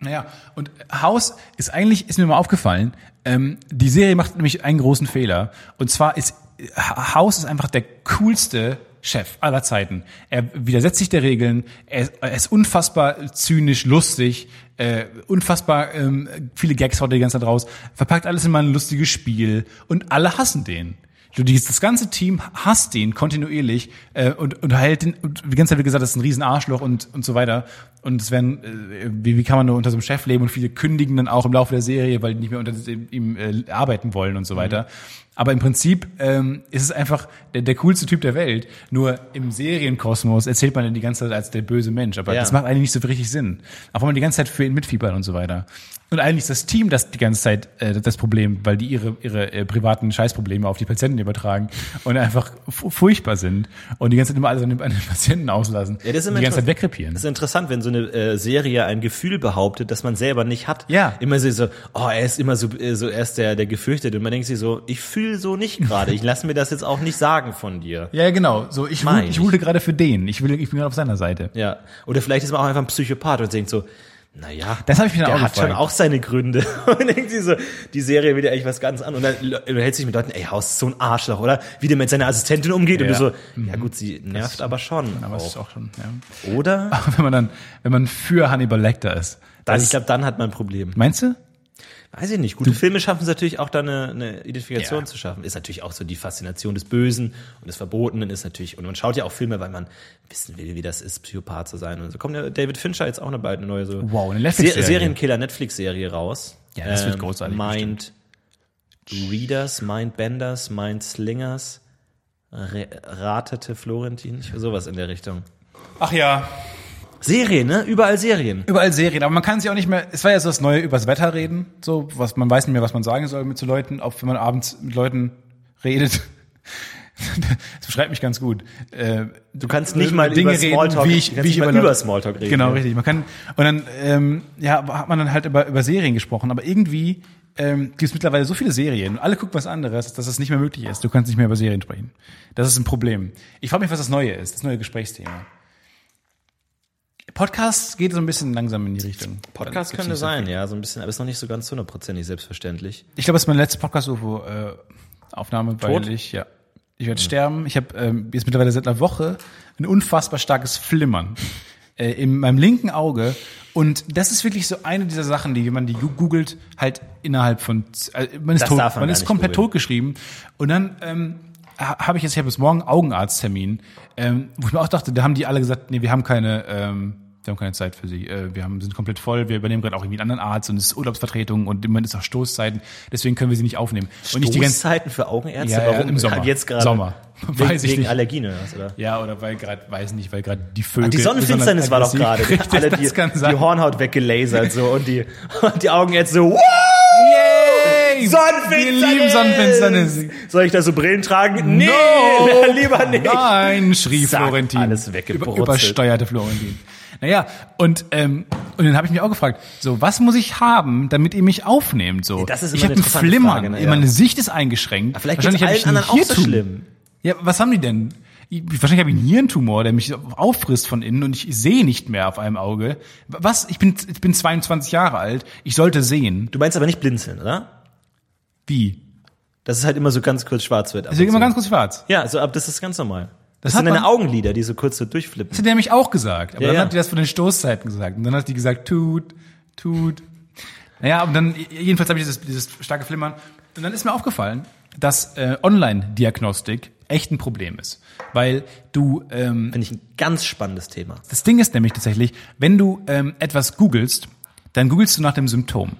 Naja, und House ist eigentlich, ist mir mal aufgefallen, ähm, die Serie macht nämlich einen großen Fehler. Und zwar ist äh, House ist einfach der coolste Chef aller Zeiten. Er widersetzt sich der Regeln, er ist, er ist unfassbar zynisch, lustig, äh, unfassbar ähm, viele Gags haut er die ganze Zeit raus, verpackt alles in mal ein lustiges Spiel und alle hassen den. Du, dieses, das ganze Team hasst ihn kontinuierlich äh, und, und hält den, und die ganze Zeit wird gesagt, das ist ein Riesenarschloch und, und so weiter. Und es werden, äh, wie, wie kann man nur unter so einem Chef leben und viele kündigen dann auch im Laufe der Serie, weil die nicht mehr unter dem- ihm äh, arbeiten wollen und so weiter. Aber im Prinzip ähm, ist es einfach der, der coolste Typ der Welt. Nur im Serienkosmos erzählt man ihn die ganze Zeit als der böse Mensch. Aber Ja. das macht eigentlich nicht so richtig Sinn. Auch wenn man die ganze Zeit für ihn mitfiebert und so weiter. Und eigentlich ist das Team das die ganze Zeit äh, das Problem, weil die ihre, ihre äh, privaten Scheißprobleme auf die Patienten übertragen und einfach fu- furchtbar sind und die ganze Zeit immer alles an den, an den Patienten auslassen. Ja, das ist und immer die ganze Zeit interessant. wegkrepieren. Das ist interessant, wenn so eine äh, Serie ein Gefühl behauptet, das man selber nicht hat. Ja. Immer so, so oh, er ist immer so, äh, so er ist der, der Gefürchtete. Und man denkt sich so, ich fühle so nicht gerade. Ich lasse mir das jetzt auch nicht sagen von dir. Ja, ja, genau. So, ich, Mein wu- ich ich. wuhle gerade für den. Ich, will, ich bin gerade auf seiner Seite. Ja. Oder vielleicht ist man auch einfach ein Psychopath und denkt so, naja, Das habe ich mir dann der auch hat schon gefragt. auch seine Gründe. Und denkt sich so, die Serie will ja eigentlich was ganz anderes. Und dann l- hält sich mit Leuten, ey, Haus ist so ein Arschloch, oder? Wie der mit seiner Assistentin umgeht. Und Ja. Mhm. du so, ja gut, sie nervt aber schon. Aber es ist auch. auch schon, ja. Oder? Wenn man dann, wenn man für Hannibal Lecter ist. Dann, Das Also ich ist- glaube, dann hat man ein Problem. meinst du? Weiß ich nicht. Gute Filme schaffen es natürlich auch, da eine, eine Identifikation Ja. zu schaffen. Ist natürlich auch so die Faszination des Bösen und des Verbotenen ist natürlich. Und man schaut ja auch Filme, weil man wissen will, wie das ist, Psychopath zu sein. Und so kommt der David Fincher jetzt auch eine bald eine neue so Wow, eine Netflix-Serie. Se- Serienkiller Netflix-Serie raus. Ähm, Ja, das wird großartig, Mind Readers, Mind Benders, Mind Slingers, Re ratete Florentin, sowas in der Richtung. Ach ja, Serien, ne? Überall Serien. überall Serien, aber man kann sie auch nicht mehr. Es war ja so das Neue übers Wetter reden, so was man weiß nicht mehr, was man sagen soll mit so Leuten, auch wenn man abends mit Leuten redet. Das beschreibt mich ganz gut. Äh, Du kannst nicht mal über Smalltalk wie ich, du kannst wie ich nicht mal Leute- über Smalltalk reden. Genau, richtig. Man kann und dann ähm, ja hat man dann halt über, über Serien gesprochen, aber irgendwie ähm, gibt es mittlerweile so viele Serien und alle gucken was anderes, dass es nicht mehr möglich ist. Du kannst nicht mehr über Serien sprechen. Das ist ein Problem. Ich frage mich, was das Neue ist, das neue Gesprächsthema. Podcast geht so ein bisschen langsam in die Richtung. Podcast Gibt's könnte nicht so sein, ja, so ein bisschen, aber ist noch nicht so ganz hundertprozentig selbstverständlich. Ich glaube, es ist meine letzte Podcast-UFO-Aufnahme, weil Tot? ich, ja. Ich werde sterben. Ich habe ähm, jetzt mittlerweile seit einer Woche ein unfassbar starkes Flimmern äh, in meinem linken Auge. Und das ist wirklich so eine dieser Sachen, die, wenn man die gu- googelt, halt innerhalb von, z- äh, man ist Das tot, darf man man gar ist nicht komplett googeln. tot geschrieben. Und dann, ähm, ha- habe ich jetzt, ich habe bis morgen einen Augenarzttermin, ähm, wo ich mir auch dachte, da haben die alle gesagt, nee, wir haben keine, ähm, wir haben keine Zeit für sie. Äh, wir haben, sind komplett voll, wir übernehmen gerade auch irgendwie einen anderen Arzt und es ist Urlaubsvertretung und im Moment ist auch Stoßzeiten, deswegen können wir sie nicht aufnehmen. Und nicht die ganze Stoßzeiten für Augenärzte, Ja, ja, warum im Sommer. Hat jetzt gerade Sommer. Wegen, Weiß ich wegen nicht. Allergien oder was, oder? Ja, oder weil gerade, weiß nicht, weil gerade die Vögel. Die Sonnenfinsternis besonders war doch aggressiv- gerade. Richtig, Alle die, das kann die sein. Hornhaut weggelasert so und die, und die Augenärzte so, wow! Yay! Sonnenfinsternis! Wir lieben Sonnenfinsternis. Soll ich da so Brillen tragen? Nee, No! lieber nicht. Nein, schrie Zack, Florentin. Ah, alles weggebrutzelt. Über, übersteuerte Florentin. Naja, und, ähm, und dann habe ich mich auch gefragt, so, was muss ich haben, damit ihr mich aufnehmt? So, Das ist immer ich eine hab ein interessante Flimmern, Frage, ne? Ja. meine Sicht ist eingeschränkt. Vielleicht Wahrscheinlich geht hab allen ich einen anderen auch so Hirntum- schlimm. Ja, was haben die denn? Ich, wahrscheinlich habe ich einen Hirntumor, der mich auffrisst von innen und ich sehe nicht mehr auf einem Auge. Was? Ich bin, ich bin 22 Jahre alt. Ich sollte sehen. Du meinst aber nicht blinzeln, oder? Wie? Dass es halt immer so ganz kurz schwarz wird. ab Deswegen und immer zu. ganz kurz schwarz. Ja, so ab, das ist ganz normal. Das, hat sind deine man- Augenlider, die so kurz so durchflippen. Das hat er nämlich auch gesagt. Aber Ja, dann ja. hat die das von den Stoßzeiten gesagt. Und dann hat die gesagt, tut, tut. Naja, und dann, jedenfalls habe ich dieses, dieses starke Flimmern. Und dann ist mir aufgefallen, dass äh, Online-Diagnostik echt ein Problem ist. Weil du, ähm, Finde ich ein ganz spannendes Thema. das Ding ist nämlich tatsächlich, wenn du ähm, etwas googelst, dann googelst du nach dem Symptom.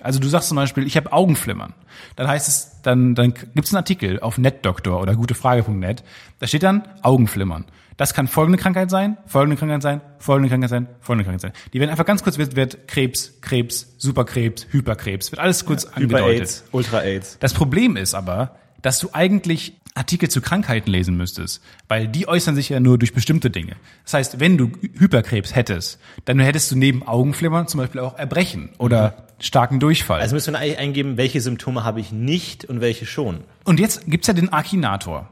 Also du sagst zum Beispiel, ich habe Augenflimmern. Dann heißt es, dann, dann gibt es einen Artikel auf netdoktor oder gutefrage.net. Da steht dann Augenflimmern. Das kann folgende Krankheit sein, folgende Krankheit sein, folgende Krankheit sein, folgende Krankheit sein. Die werden einfach ganz kurz, wird, wird Krebs, Krebs, Superkrebs, Hyperkrebs, wird alles kurz angedeutet. Hyper-Aids, Ultra-Aids. Das Problem ist aber, dass du eigentlich Artikel zu Krankheiten lesen müsstest, weil die äußern sich ja nur durch bestimmte Dinge. Das heißt, wenn du Hyperkrebs hättest, dann hättest du neben Augenflimmern zum Beispiel auch Erbrechen oder starken Durchfall. Also müssen wir eigentlich eingeben, welche Symptome habe ich nicht und welche schon. Und jetzt gibt's ja den Akinator.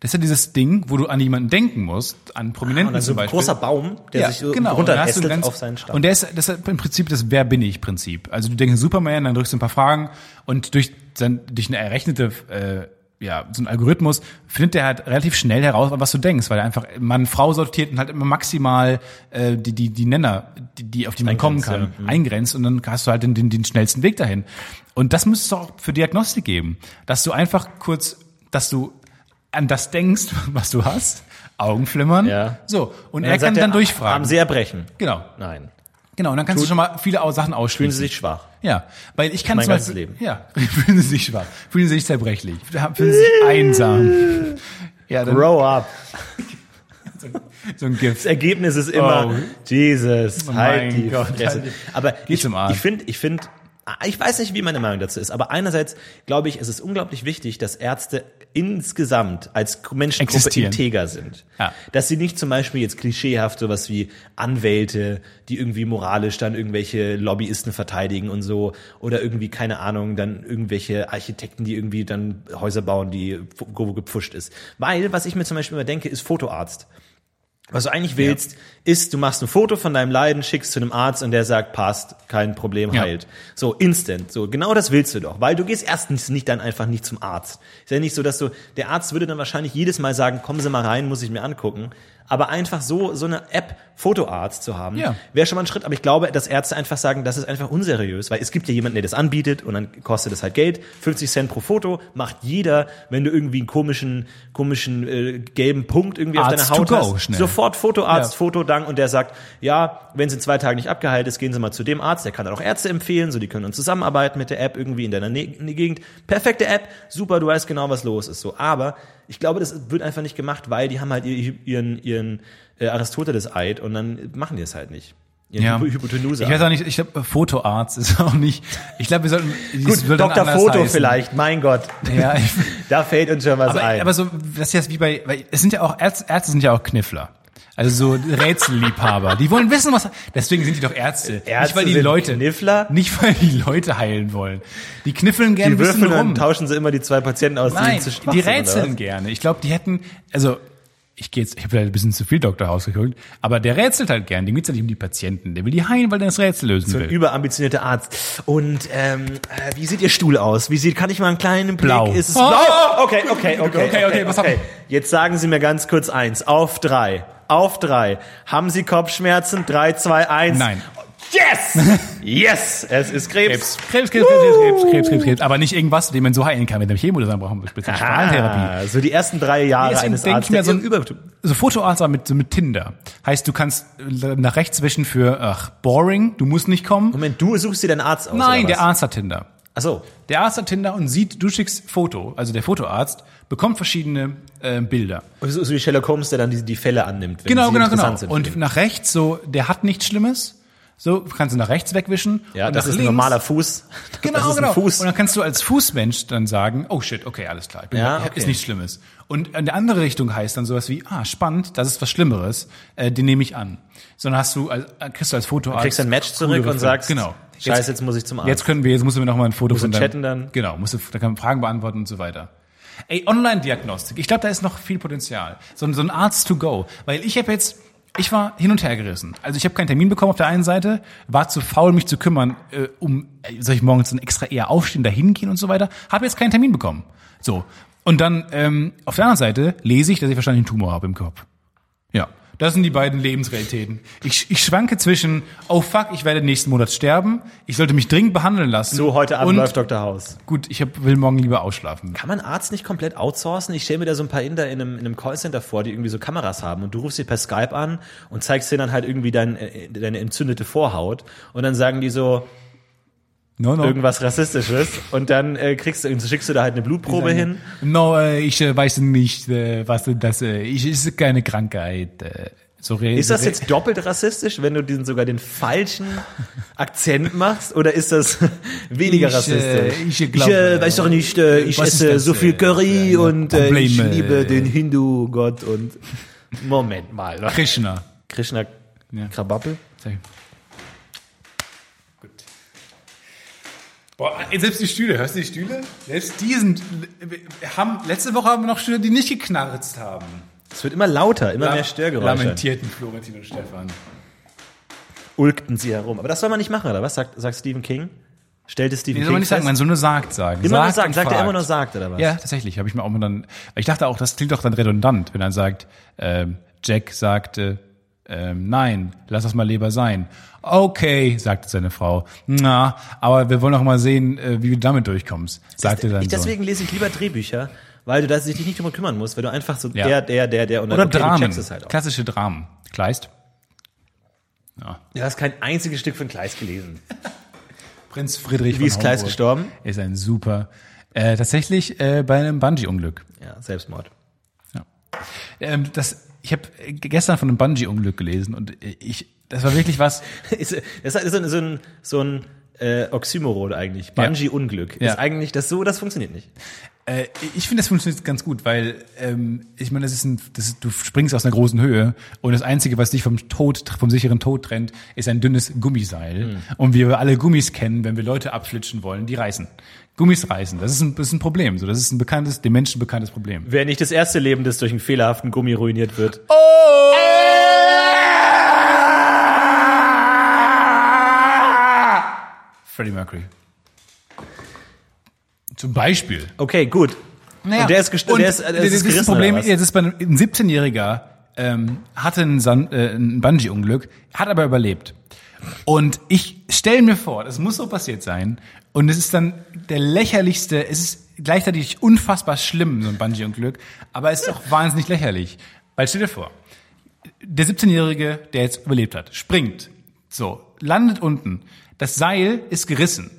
Das ist ja dieses Ding, wo du an jemanden denken musst, an Prominenten Also zum ein Beispiel. großer Baum, der sich so Und dann hast du runterästelt ganz- auf seinen Stamm. Und der ist, das ist im Prinzip das Wer bin ich Prinzip. Also du denkst Superman, dann drückst du ein paar Fragen und durch, dann, durch eine errechnete, äh, ja, so einen Algorithmus findet der halt relativ schnell heraus, was du denkst, weil er einfach Mann, Frau sortiert und halt immer maximal äh, die, die, die Nenner, die, die auf die man kommen kann, Eingrenzt, Mhm. eingrenzt und dann hast du halt den, den, den schnellsten Weg dahin. Und das müsste es auch für Diagnostik geben, dass du einfach kurz dass du an das denkst, was du hast, Augenflimmern. Ja. So. Und, Und er kann sagt dann durchfragen. Haben Sie erbrechen? genau. Nein. Genau. Und dann kannst du schon mal viele Au- Sachen Fühlen ausspielen. Sie sich schwach? Ja, weil ich kann Mein zum ganzes Beispiel, Leben. Ja, fühlen sie sich schwach, fühlen sie sich zerbrechlich, fühlen sie sich einsam. Ja, dann Grow up. so ein Gift. Das Ergebnis ist immer, Oh. Jesus, mein halt die Gott, Fresse. halt Aber ich, zum Arzt. ich finde, ich finde, ich weiß nicht, wie meine Meinung dazu ist, aber einerseits glaube ich, es ist unglaublich wichtig, dass Ärzte insgesamt als Menschengruppe Existieren. integer sind. Ja. Dass sie nicht zum Beispiel jetzt klischeehaft sowas wie Anwälte, die irgendwie moralisch dann irgendwelche Lobbyisten verteidigen und so, oder irgendwie, keine Ahnung, dann irgendwelche Architekten, die irgendwie dann Häuser bauen, die fu- grob gepfuscht ist. Weil, was ich mir zum Beispiel immer denke, ist Fotoarzt. Was du eigentlich willst, ist, du machst ein Foto von deinem Leiden, schickst zu einem Arzt und der sagt, passt, kein Problem, Ja. heilt. So, instant. So, genau das willst du doch. Weil du gehst erstens nicht dann einfach nicht zum Arzt. Ist ja nicht so, dass du, der Arzt würde dann wahrscheinlich jedes Mal sagen, kommen Sie mal rein, muss ich mir angucken. Aber einfach so, so eine App, Fotoarzt zu haben, Ja. wäre schon mal ein Schritt. Aber ich glaube, dass Ärzte einfach sagen, das ist einfach unseriös, weil es gibt ja jemanden, der das anbietet und dann kostet das halt Geld. 50 Cent pro Foto macht jeder, wenn du irgendwie einen komischen, komischen äh, gelben Punkt irgendwie Arzt auf deiner Haut to go, hast. schnell. Sofort Fotoarzt, Ja. Fotodank und der sagt, ja, wenn es in zwei Tagen nicht abgeheilt ist, gehen Sie mal zu dem Arzt, der kann dann auch Ärzte empfehlen, so die können dann zusammenarbeiten mit der App irgendwie in deiner Nä in der Gegend. Perfekte App, super, du weißt genau, was los ist. So, aber ich glaube, das wird einfach nicht gemacht, weil die haben halt ihr- ihren ihren äh, Aristoteles Eid und dann machen die es halt nicht. Ihren Ja. Hypo- Hypotenuse. Ich weiß auch nicht, ich glaube, Fotoarzt ist auch nicht. Ich glaube, wir sollten. es Gut, soll dann Dr. anders Foto heißen. vielleicht, mein Gott. Ja, ich, Da fällt uns schon was aber, ein. aber so, das ist jetzt wie bei, weil es sind ja auch Ärzte, Ärzte sind ja auch Kniffler. Also so Rätselliebhaber. Die wollen wissen, was. Deswegen sind die doch Ärzte. nicht Ärzte weil die sind Leute, Kniffler? nicht weil die Leute heilen wollen. Die kniffeln gerne die ein bisschen würfeln rum. und tauschen sie immer die zwei Patienten aus, Nein, zu schwach die sind, oder was? rätseln gerne. Ich glaube, die hätten, also ich gehe jetzt, ich habe vielleicht ein bisschen zu viel Dr. House geguckt, aber der rätselt halt gern. Dem geht's ja nicht um die Patienten. Der will die heilen, weil der das Rätsel lösen So ein will. überambitionierter Arzt. Und ähm, äh, wie sieht Ihr Stuhl aus? Wie sieht, kann ich mal einen kleinen Blick? Blau. Ist es Oh, blau? okay, okay, okay, okay, okay, pass auf. Jetzt sagen Sie mir ganz kurz eins. Auf drei. Auf drei. Haben Sie Kopfschmerzen? Drei, zwei, eins. Nein. Yes! yes! Es ist Krebs. Krebs, Krebs, Krebs, Krebs, Krebs, Krebs, Krebs, Krebs, aber nicht irgendwas, den man so heilen kann, mit dem Chemo, das dann brauchen wir speziell Strahlentherapie. Ah, so die ersten drei Jahre Deswegen eines denke ich Arztes. mir so der ein über- so Fotoarzt aber mit, so mit Tinder. Heißt, du kannst äh, nach rechts wischen für, ach, boring, du musst nicht kommen. Moment, du suchst dir deinen Arzt aus. Nein, oder was? der Arzt hat Tinder. Ach so. Der Arzt hat Tinder und sieht, du schickst Foto, also der Fotoarzt bekommt verschiedene äh, Bilder. So, so wie Sherlock Holmes, der dann die, die Fälle annimmt. Wenn Genau, sie genau, interessant genau. Sind und nach rechts, so, der hat nichts Schlimmes. So, kannst du nach rechts wegwischen. ja, und das nach ist ein links- normaler Fuß. Genau, das ist genau. Ein Fuß. Und dann kannst du als Fußmensch dann sagen, oh shit, okay, alles klar. Ich bin Ja, ja, okay. Ist nichts Schlimmes. Und in der andere Richtung heißt dann sowas wie, ah, spannend, das ist was Schlimmeres, äh, den nehme ich an. Sondern hast du, als, äh, kriegst du als Fotoarzt. kriegst ein Match zurück coolere und sagst, genau. scheiße, jetzt muss ich zum Arzt. Jetzt können wir, jetzt müssen wir nochmal ein Foto von du deinem- chatten dann? Genau, musst du, da kann man Fragen beantworten und so weiter. Ey, Online-Diagnostik. Ich glaube, da ist noch viel Potenzial. So, ein- so ein Arzt to go. Weil ich habe jetzt, ich war hin und her gerissen. Also ich habe keinen Termin bekommen auf der einen Seite, war zu faul, mich zu kümmern, äh, um, äh, soll ich morgens dann extra eher aufstehen, dahin gehen und so weiter. Habe jetzt keinen Termin bekommen. So. Und dann, ähm, auf der anderen Seite lese ich, dass ich wahrscheinlich einen Tumor habe im Kopf. Ja, das sind die beiden Lebensrealitäten. Ich, ich schwanke zwischen, oh fuck, ich werde nächsten Monat sterben, ich sollte mich dringend behandeln lassen. So, heute Abend und, läuft Dr. House. Gut, ich hab, will morgen lieber ausschlafen. Kann man Arzt nicht komplett outsourcen? Ich stelle mir da so ein paar Inder in einem, in einem Callcenter vor, die irgendwie so Kameras haben und du rufst sie per Skype an und zeigst denen dann halt irgendwie dein, äh, deine entzündete Vorhaut und dann sagen die so No, no. irgendwas Rassistisches und dann äh, kriegst du, schickst du da halt eine Blutprobe hin. No, äh, ich äh, weiß nicht, äh, was denn das äh, ich ist keine Krankheit. Äh, so re- Ist das re- jetzt doppelt rassistisch, wenn du diesen sogar den falschen Akzent machst oder ist das weniger Ich, äh, rassistisch? ich glaube, weiß doch nicht, äh, ich was ist esse das, so viel äh, Curry für ein und äh, ich Problem, äh, liebe den Hindu-Gott und Moment mal. Krishna? Krishna Krabappel? Sorry. Gut. Boah, ey, selbst die Stühle, hörst du die Stühle? Selbst die sind, äh, wir haben, letzte Woche haben wir noch Stühle, die nicht geknarzt haben. Es wird immer lauter, immer mehr Störgeräusche. Lamentierten Florentin und Stefan. Ulkten sie herum. Aber das soll man nicht machen, oder was? Sagt, sagt Stephen King? Stellte Stephen Nee, soll King man nicht sagen, fest? mein Sohn nur sagt sagen. Immer nur sagt sagt, und sagt er fragt. immer nur sagt, oder was? Ja, tatsächlich, habe ich mir auch mal dann, weil ich dachte auch, das klingt doch dann redundant, wenn er sagt, ähm, Jack sagte, ähm, nein, lass das mal lieber sein. Okay, sagte seine Frau. Na, aber wir wollen doch mal sehen, äh, wie du damit durchkommst, sagte sein ich, Sohn. deswegen lese ich lieber Drehbücher, weil du das, dich nicht drum kümmern musst, weil du einfach so Ja. der, der, der, der und dann Oder okay, du Dramen. checkst es halt auch. Klassische Dramen. Kleist. Du hast kein einziges Stück von Kleist gelesen. Prinz Friedrich Wie ist Kleist gestorben? Ist ein super. Äh, tatsächlich äh, bei einem Bungee-Unglück. Ja, Selbstmord. Ähm, das, ich habe gestern von einem Bungee-Unglück gelesen und äh, ich, das war wirklich was. ist, das ist so ein, so ein, so ein äh, Oxymoron eigentlich. Bungee-Unglück. Ja. Ist eigentlich das so, das funktioniert nicht. Äh, ich finde, das funktioniert ganz gut, weil ähm, ich meine, das ist ein, das ist, du springst aus einer großen Höhe und das Einzige, was dich vom Tod, vom sicheren Tod trennt, ist ein dünnes Gummiseil. Und wir alle Gummis kennen, wenn wir Leute abflitschen wollen, die reißen. Gummis reißen, das ist ein, das ist ein Problem. So, das ist ein bekanntes, dem Menschen bekanntes Problem. Wer nicht das erste Leben, das durch einen fehlerhaften Gummi ruiniert wird. Freddie Mercury. Zum Beispiel. Okay, gut. Und der ist gestorben. Der ist, äh, der ist, das ist das gerissen, Problem, oder was? jetzt ist bei einem, ein 17-Jähriger ähm, hatte ein, San- äh, ein Bungee-Unglück, hat aber überlebt. Und ich stelle mir vor, das muss so passiert sein. Und es ist dann der lächerlichste, es ist gleichzeitig unfassbar schlimm, so ein Bungee-Unglück, aber es ist auch wahnsinnig lächerlich. Weil stell dir vor, der 17-Jährige, der jetzt überlebt hat, springt, so, landet unten. Das Seil ist gerissen.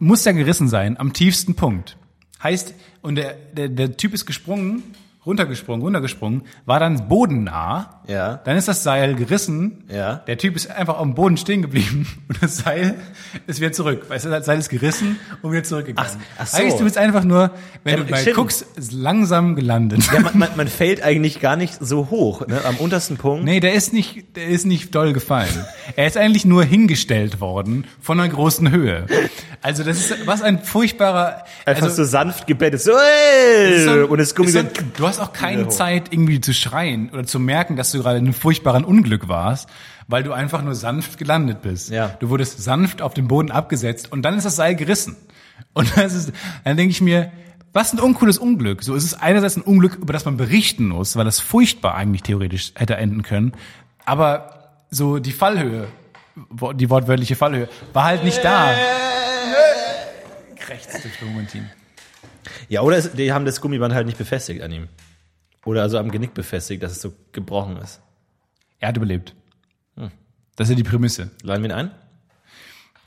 Muss ja gerissen sein, am tiefsten Punkt. Heißt, und der, der, der Typ ist gesprungen, runtergesprungen, runtergesprungen, war dann bodennah. Ja. Dann ist das Seil gerissen. Ja. Der Typ ist einfach am Boden stehen geblieben und das Seil ist wieder zurück. Weißt du, das Seil ist gerissen und wieder zurückgegangen. Ach- ach so. Heißt, du bist einfach nur, wenn Ja, du mal stimmt. guckst, ist langsam gelandet. Ja, man, man, man fällt eigentlich gar nicht so hoch, ne? am untersten Punkt. Nee, der ist nicht, der ist nicht doll gefallen. Er ist eigentlich nur hingestellt worden von einer großen Höhe. Also das ist was ein furchtbarer. Einfach also, so sanft gebettet. So, ey, ist so ein- und das Gummi ist so ein- dann- Du hast auch keine hoch. Zeit irgendwie zu schreien oder zu merken, dass du gerade in einem furchtbaren Unglück warst, weil du einfach nur sanft gelandet bist. Ja. Du wurdest sanft auf den Boden abgesetzt und dann ist das Seil gerissen. Und das ist, dann denke ich mir, was ein uncooles Unglück. So es ist einerseits ein Unglück, über das man berichten muss, weil das furchtbar eigentlich theoretisch hätte enden können. Aber so die Fallhöhe, wo- die wortwörtliche Fallhöhe, war halt nicht Äh. da. Rechts durch Florentin. Ja, oder es, die haben das Gummiband halt nicht befestigt an ihm. Oder also am Genick befestigt, dass es so gebrochen ist. Er hat überlebt. Das ist ja die Prämisse. Laden wir ihn ein?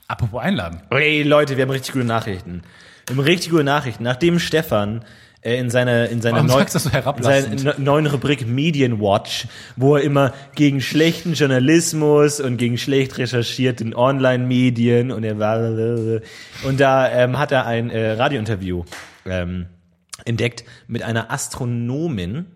Apropos einladen. Hey Leute, wir haben richtig gute Nachrichten. Wir haben richtig gute Nachrichten. Nachdem Stefan äh, in seiner in seiner Warum neu- sagst du das so herablassend? in seiner ne- neuen Rubrik Medienwatch, wo er immer gegen schlechten Journalismus und gegen schlecht recherchierten Online-Medien und er war und da ähm, hat er ein äh, Radiointerview ähm, entdeckt mit einer Astronomin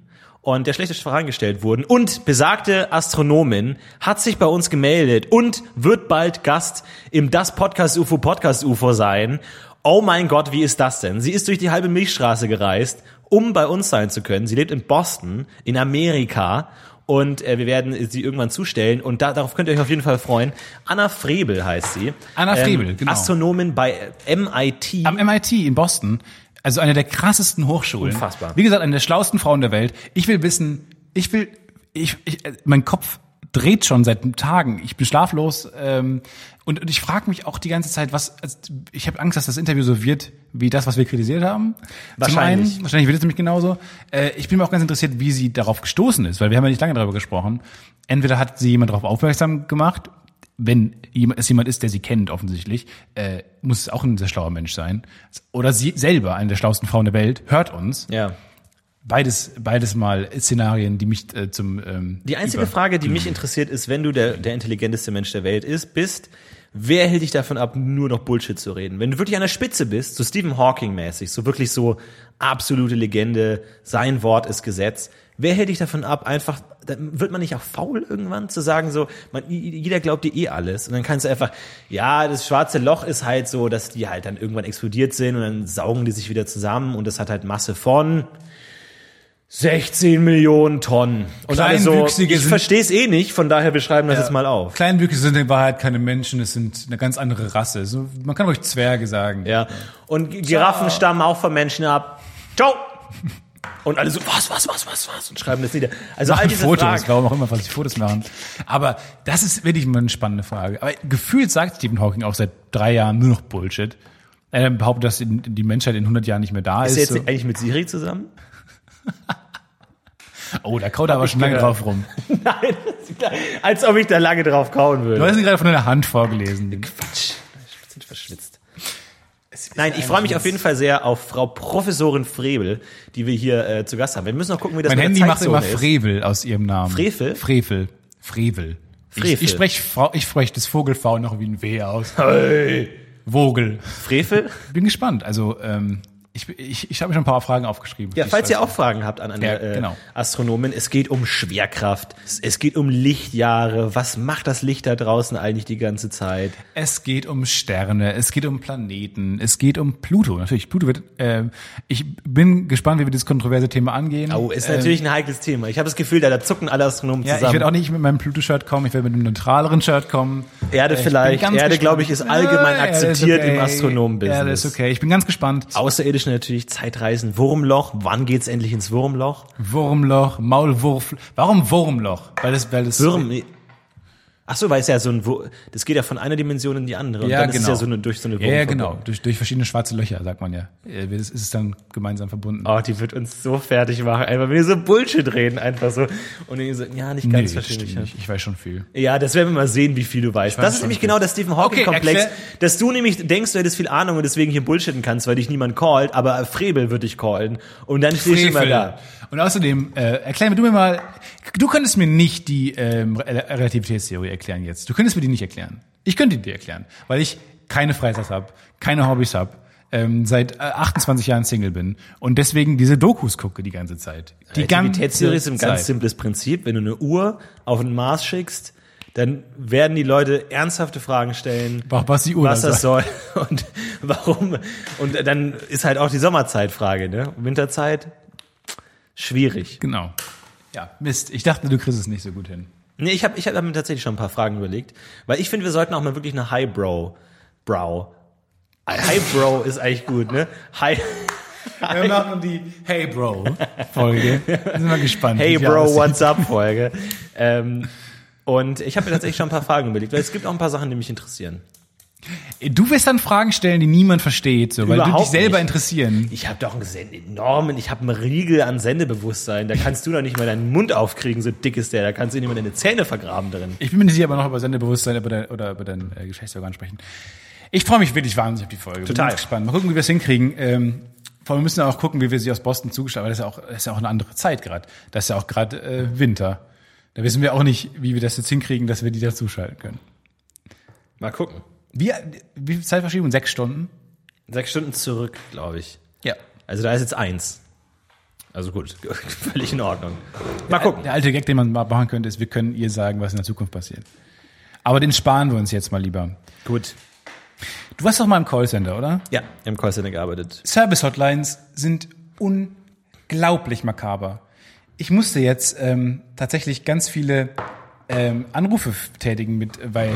und der schlechte Fragen gestellt wurden. Und besagte Astronomin hat sich bei uns gemeldet und wird bald Gast im Das Podcast UFO Podcast UFO sein. Oh mein Gott, wie ist das denn? Sie ist durch die halbe Milchstraße gereist, um bei uns sein zu können. Sie lebt in Boston, in Amerika. Und äh, wir werden sie irgendwann zustellen. Und da, darauf könnt ihr euch auf jeden Fall freuen. Anna Frebel heißt sie. Ähm, Anna Frebel, genau. Astronomin bei äh, MIT. Am MIT in Boston, also eine der krassesten Hochschulen. Unfassbar. Wie gesagt, eine der schlauesten Frauen der Welt. Ich will wissen, ich will, ich, ich äh, mein Kopf dreht schon seit Tagen. Ich bin schlaflos ähm, und, und ich frage mich auch die ganze Zeit, was. Also ich habe Angst, dass das Interview so wird wie das, was wir kritisiert haben. Wahrscheinlich. Zum einen, wahrscheinlich wird es nämlich genauso. Äh, ich bin mir auch ganz interessiert, wie sie darauf gestoßen ist, weil wir haben ja nicht lange darüber gesprochen. Entweder hat sie jemand darauf aufmerksam gemacht, wenn jem- es jemand ist, der sie kennt offensichtlich, äh, muss es auch ein sehr schlauer Mensch sein. Oder sie selber, eine der schlauesten Frauen der Welt, hört uns. ja. Beides, beides mal Szenarien, die mich äh, zum ähm, Die einzige über- Frage, die mich interessiert, ist, wenn du der, der intelligenteste Mensch der Welt ist, bist, wer hält dich davon ab, nur noch Bullshit zu reden? Wenn du wirklich an der Spitze bist, so Stephen Hawking mäßig, so wirklich so absolute Legende, sein Wort ist Gesetz, wer hält dich davon ab, einfach, dann wird man nicht auch faul irgendwann zu sagen, so, man, jeder glaubt dir eh alles und dann kannst du einfach, ja, das schwarze Loch ist halt so, dass die halt dann irgendwann explodiert sind und dann saugen die sich wieder zusammen und das hat halt Masse von 16 Millionen Tonnen. Und alle so, Kleinwüchsige ich sind- verstehe es eh nicht, von daher wir schreiben das jetzt mal auf. Kleinwüchsige sind in Wahrheit keine Menschen, es sind eine ganz andere Rasse. So, man kann ruhig Zwerge sagen. Ja. Und G- Giraffen stammen auch von Menschen ab. Ciao! Und alle so, was, was, was, was, was? Und schreiben das nieder. Also all machen diese Fotos, Fragen. warum auch immer, was die Fotos machen. Aber das ist wirklich mal eine spannende Frage. Aber gefühlt sagt Stephen Hawking auch seit drei Jahren nur noch Bullshit. Er behauptet, dass die- die Menschheit in 100 Jahren nicht mehr da Ist ist. er jetzt so. eigentlich mit Siri zusammen? Oh, da kaut er aber schon lange gehört. drauf rum. Nein, als ob ich da lange drauf kauen würde. Du hast ihn gerade von deiner Hand vorgelesen. Quatsch. Wir sind verschwitzt. Nein, ich freue mich auf jeden Fall sehr auf Frau Professorin Frebel, die wir hier äh, zu Gast haben. Wir müssen noch gucken, wie das Mein mit Handy Also der macht Zeitzone immer ist. Frevel aus ihrem Namen. Frevel? Frevel. Frevel. Ich, Frevel. ich spreche ich sprech das Vogel-V noch wie ein W aus. Hey. Vogel. Frevel? Bin gespannt. Also, ähm, ich, ich, ich habe mir schon ein paar Fragen aufgeschrieben. Ja, Ich falls weiß ihr auch Fragen habt an eine Ja, äh, genau. Astronomin, es geht um Schwerkraft, es- es geht um Lichtjahre, was macht das Licht da draußen eigentlich die ganze Zeit? Es geht um Sterne, es geht um Planeten, es geht um Pluto. Natürlich, Pluto wird. ähm, ich bin gespannt, wie wir dieses kontroverse Thema angehen. Oh, ist Ähm, natürlich ein heikles Thema. Ich habe das Gefühl, da, da zucken alle Astronomen Ja, ich zusammen. werde auch nicht mit meinem Pluto-Shirt kommen, ich werde mit einem neutraleren Shirt kommen. Erde Äh, ich bin vielleicht. ganz Erde, gespannt. glaube ich, ist allgemein Ja, Erde ist akzeptiert im Ja, Astronomen-Business. das ist okay. Ich bin ganz gespannt. Außerirdische natürlich, Zeitreisen, Wurmloch. Wann geht's endlich ins Wurmloch? Wurmloch, Maulwurf. Warum Wurmloch? Weil das, weil das. Wurm. Ach so, weil es ja so ein, Wur- das geht ja von einer Dimension in die andere. Ja, und dann genau. ist es ja so eine, durch so eine ja, ja, Wurmverbindung. genau. Durch, durch verschiedene schwarze Löcher, sagt man ja. Äh, Das ist es dann gemeinsam verbunden. Oh, die wird uns so fertig machen, einfach wenn wir so Bullshit reden, einfach so. Und dann so, ja, nicht ganz das stimmt verständlich. nicht. Ich weiß schon viel. Ja, das werden wir mal sehen, wie viel du weißt. Das ist schon nämlich viel. genau der Stephen Hawking-Komplex, erklär- dass du nämlich denkst, du hättest viel Ahnung und deswegen hier bullshitten kannst, weil dich niemand callt, aber Frebel wird dich callen. Und dann stehst du immer da. Und außerdem, äh, erklär mir du mir mal, du könntest mir nicht die ähm, Re- Relativitätstheorie erklären jetzt. Du könntest mir die nicht erklären. Ich könnte die dir erklären, weil ich keine Freizeit habe, keine Hobbys habe, ähm, seit äh, 28 Jahren Single bin und deswegen diese Dokus gucke die ganze Zeit. Die Relativitätstheorie ist ein ganz Zeit. simples Prinzip. Wenn du eine Uhr auf den Mars schickst, dann werden die Leute ernsthafte Fragen stellen. Wa- was die Uhr was dann das soll und warum. Und dann ist halt auch die Sommerzeitfrage, ne? Winterzeit schwierig. Genau. Ja, Mist. Ich dachte, du kriegst es nicht so gut hin. Nee, ich habe ich hab mir tatsächlich schon ein paar Fragen überlegt, weil ich finde, wir sollten auch mal wirklich eine Highbrow Brow. Highbrow ist eigentlich gut, ne? High Wir machen die Hey Bro Folge. Sind wir gespannt. Hey wie die Bro, aussieht. what's up Folge. ähm, und ich habe mir tatsächlich schon ein paar Fragen überlegt, weil es gibt auch ein paar Sachen, die mich interessieren. Du wirst dann Fragen stellen, die niemand versteht, so, weil Überhaupt du dich selber nicht. interessieren. Ich habe doch einen sen- enormen, ich habe einen Riegel an Sendebewusstsein. Da kannst du doch nicht mal deinen Mund aufkriegen, so dick ist der. Da kannst du nicht mal deine Zähne vergraben drin. Ich bin mir nicht sicher, aber noch über Sendebewusstsein über dein, oder über dein äh, Geschlechtsorgan sprechen. Ich freue mich wirklich wahnsinnig auf die Folge. Bin Total. ganz gespannt. Mal gucken, wie wir es hinkriegen. Ähm, vor allem müssen wir auch gucken, wie wir sie aus Boston zugestellt haben. Das ist ja auch, das ist ja auch eine andere Zeit gerade. Das ist ja auch gerade äh, Winter. Da wissen wir auch nicht, wie wir das jetzt hinkriegen, dass wir die da zuschalten können. Mal gucken. Wie, wie viel Zeitverschiebung? Sechs Stunden? Sechs Stunden zurück, glaube ich. Ja. Also da ist jetzt eins. Also gut, völlig in Ordnung. Mal gucken. Der alte Gag, den man mal machen könnte, ist, wir können ihr sagen, was in der Zukunft passiert. Aber den sparen wir uns jetzt mal lieber. Gut. Du warst doch mal im Callcenter, oder? Ja, im Callcenter gearbeitet. Service-Hotlines sind unglaublich makaber. Ich musste jetzt ähm, tatsächlich ganz viele ähm, Anrufe f- tätigen, mit, weil,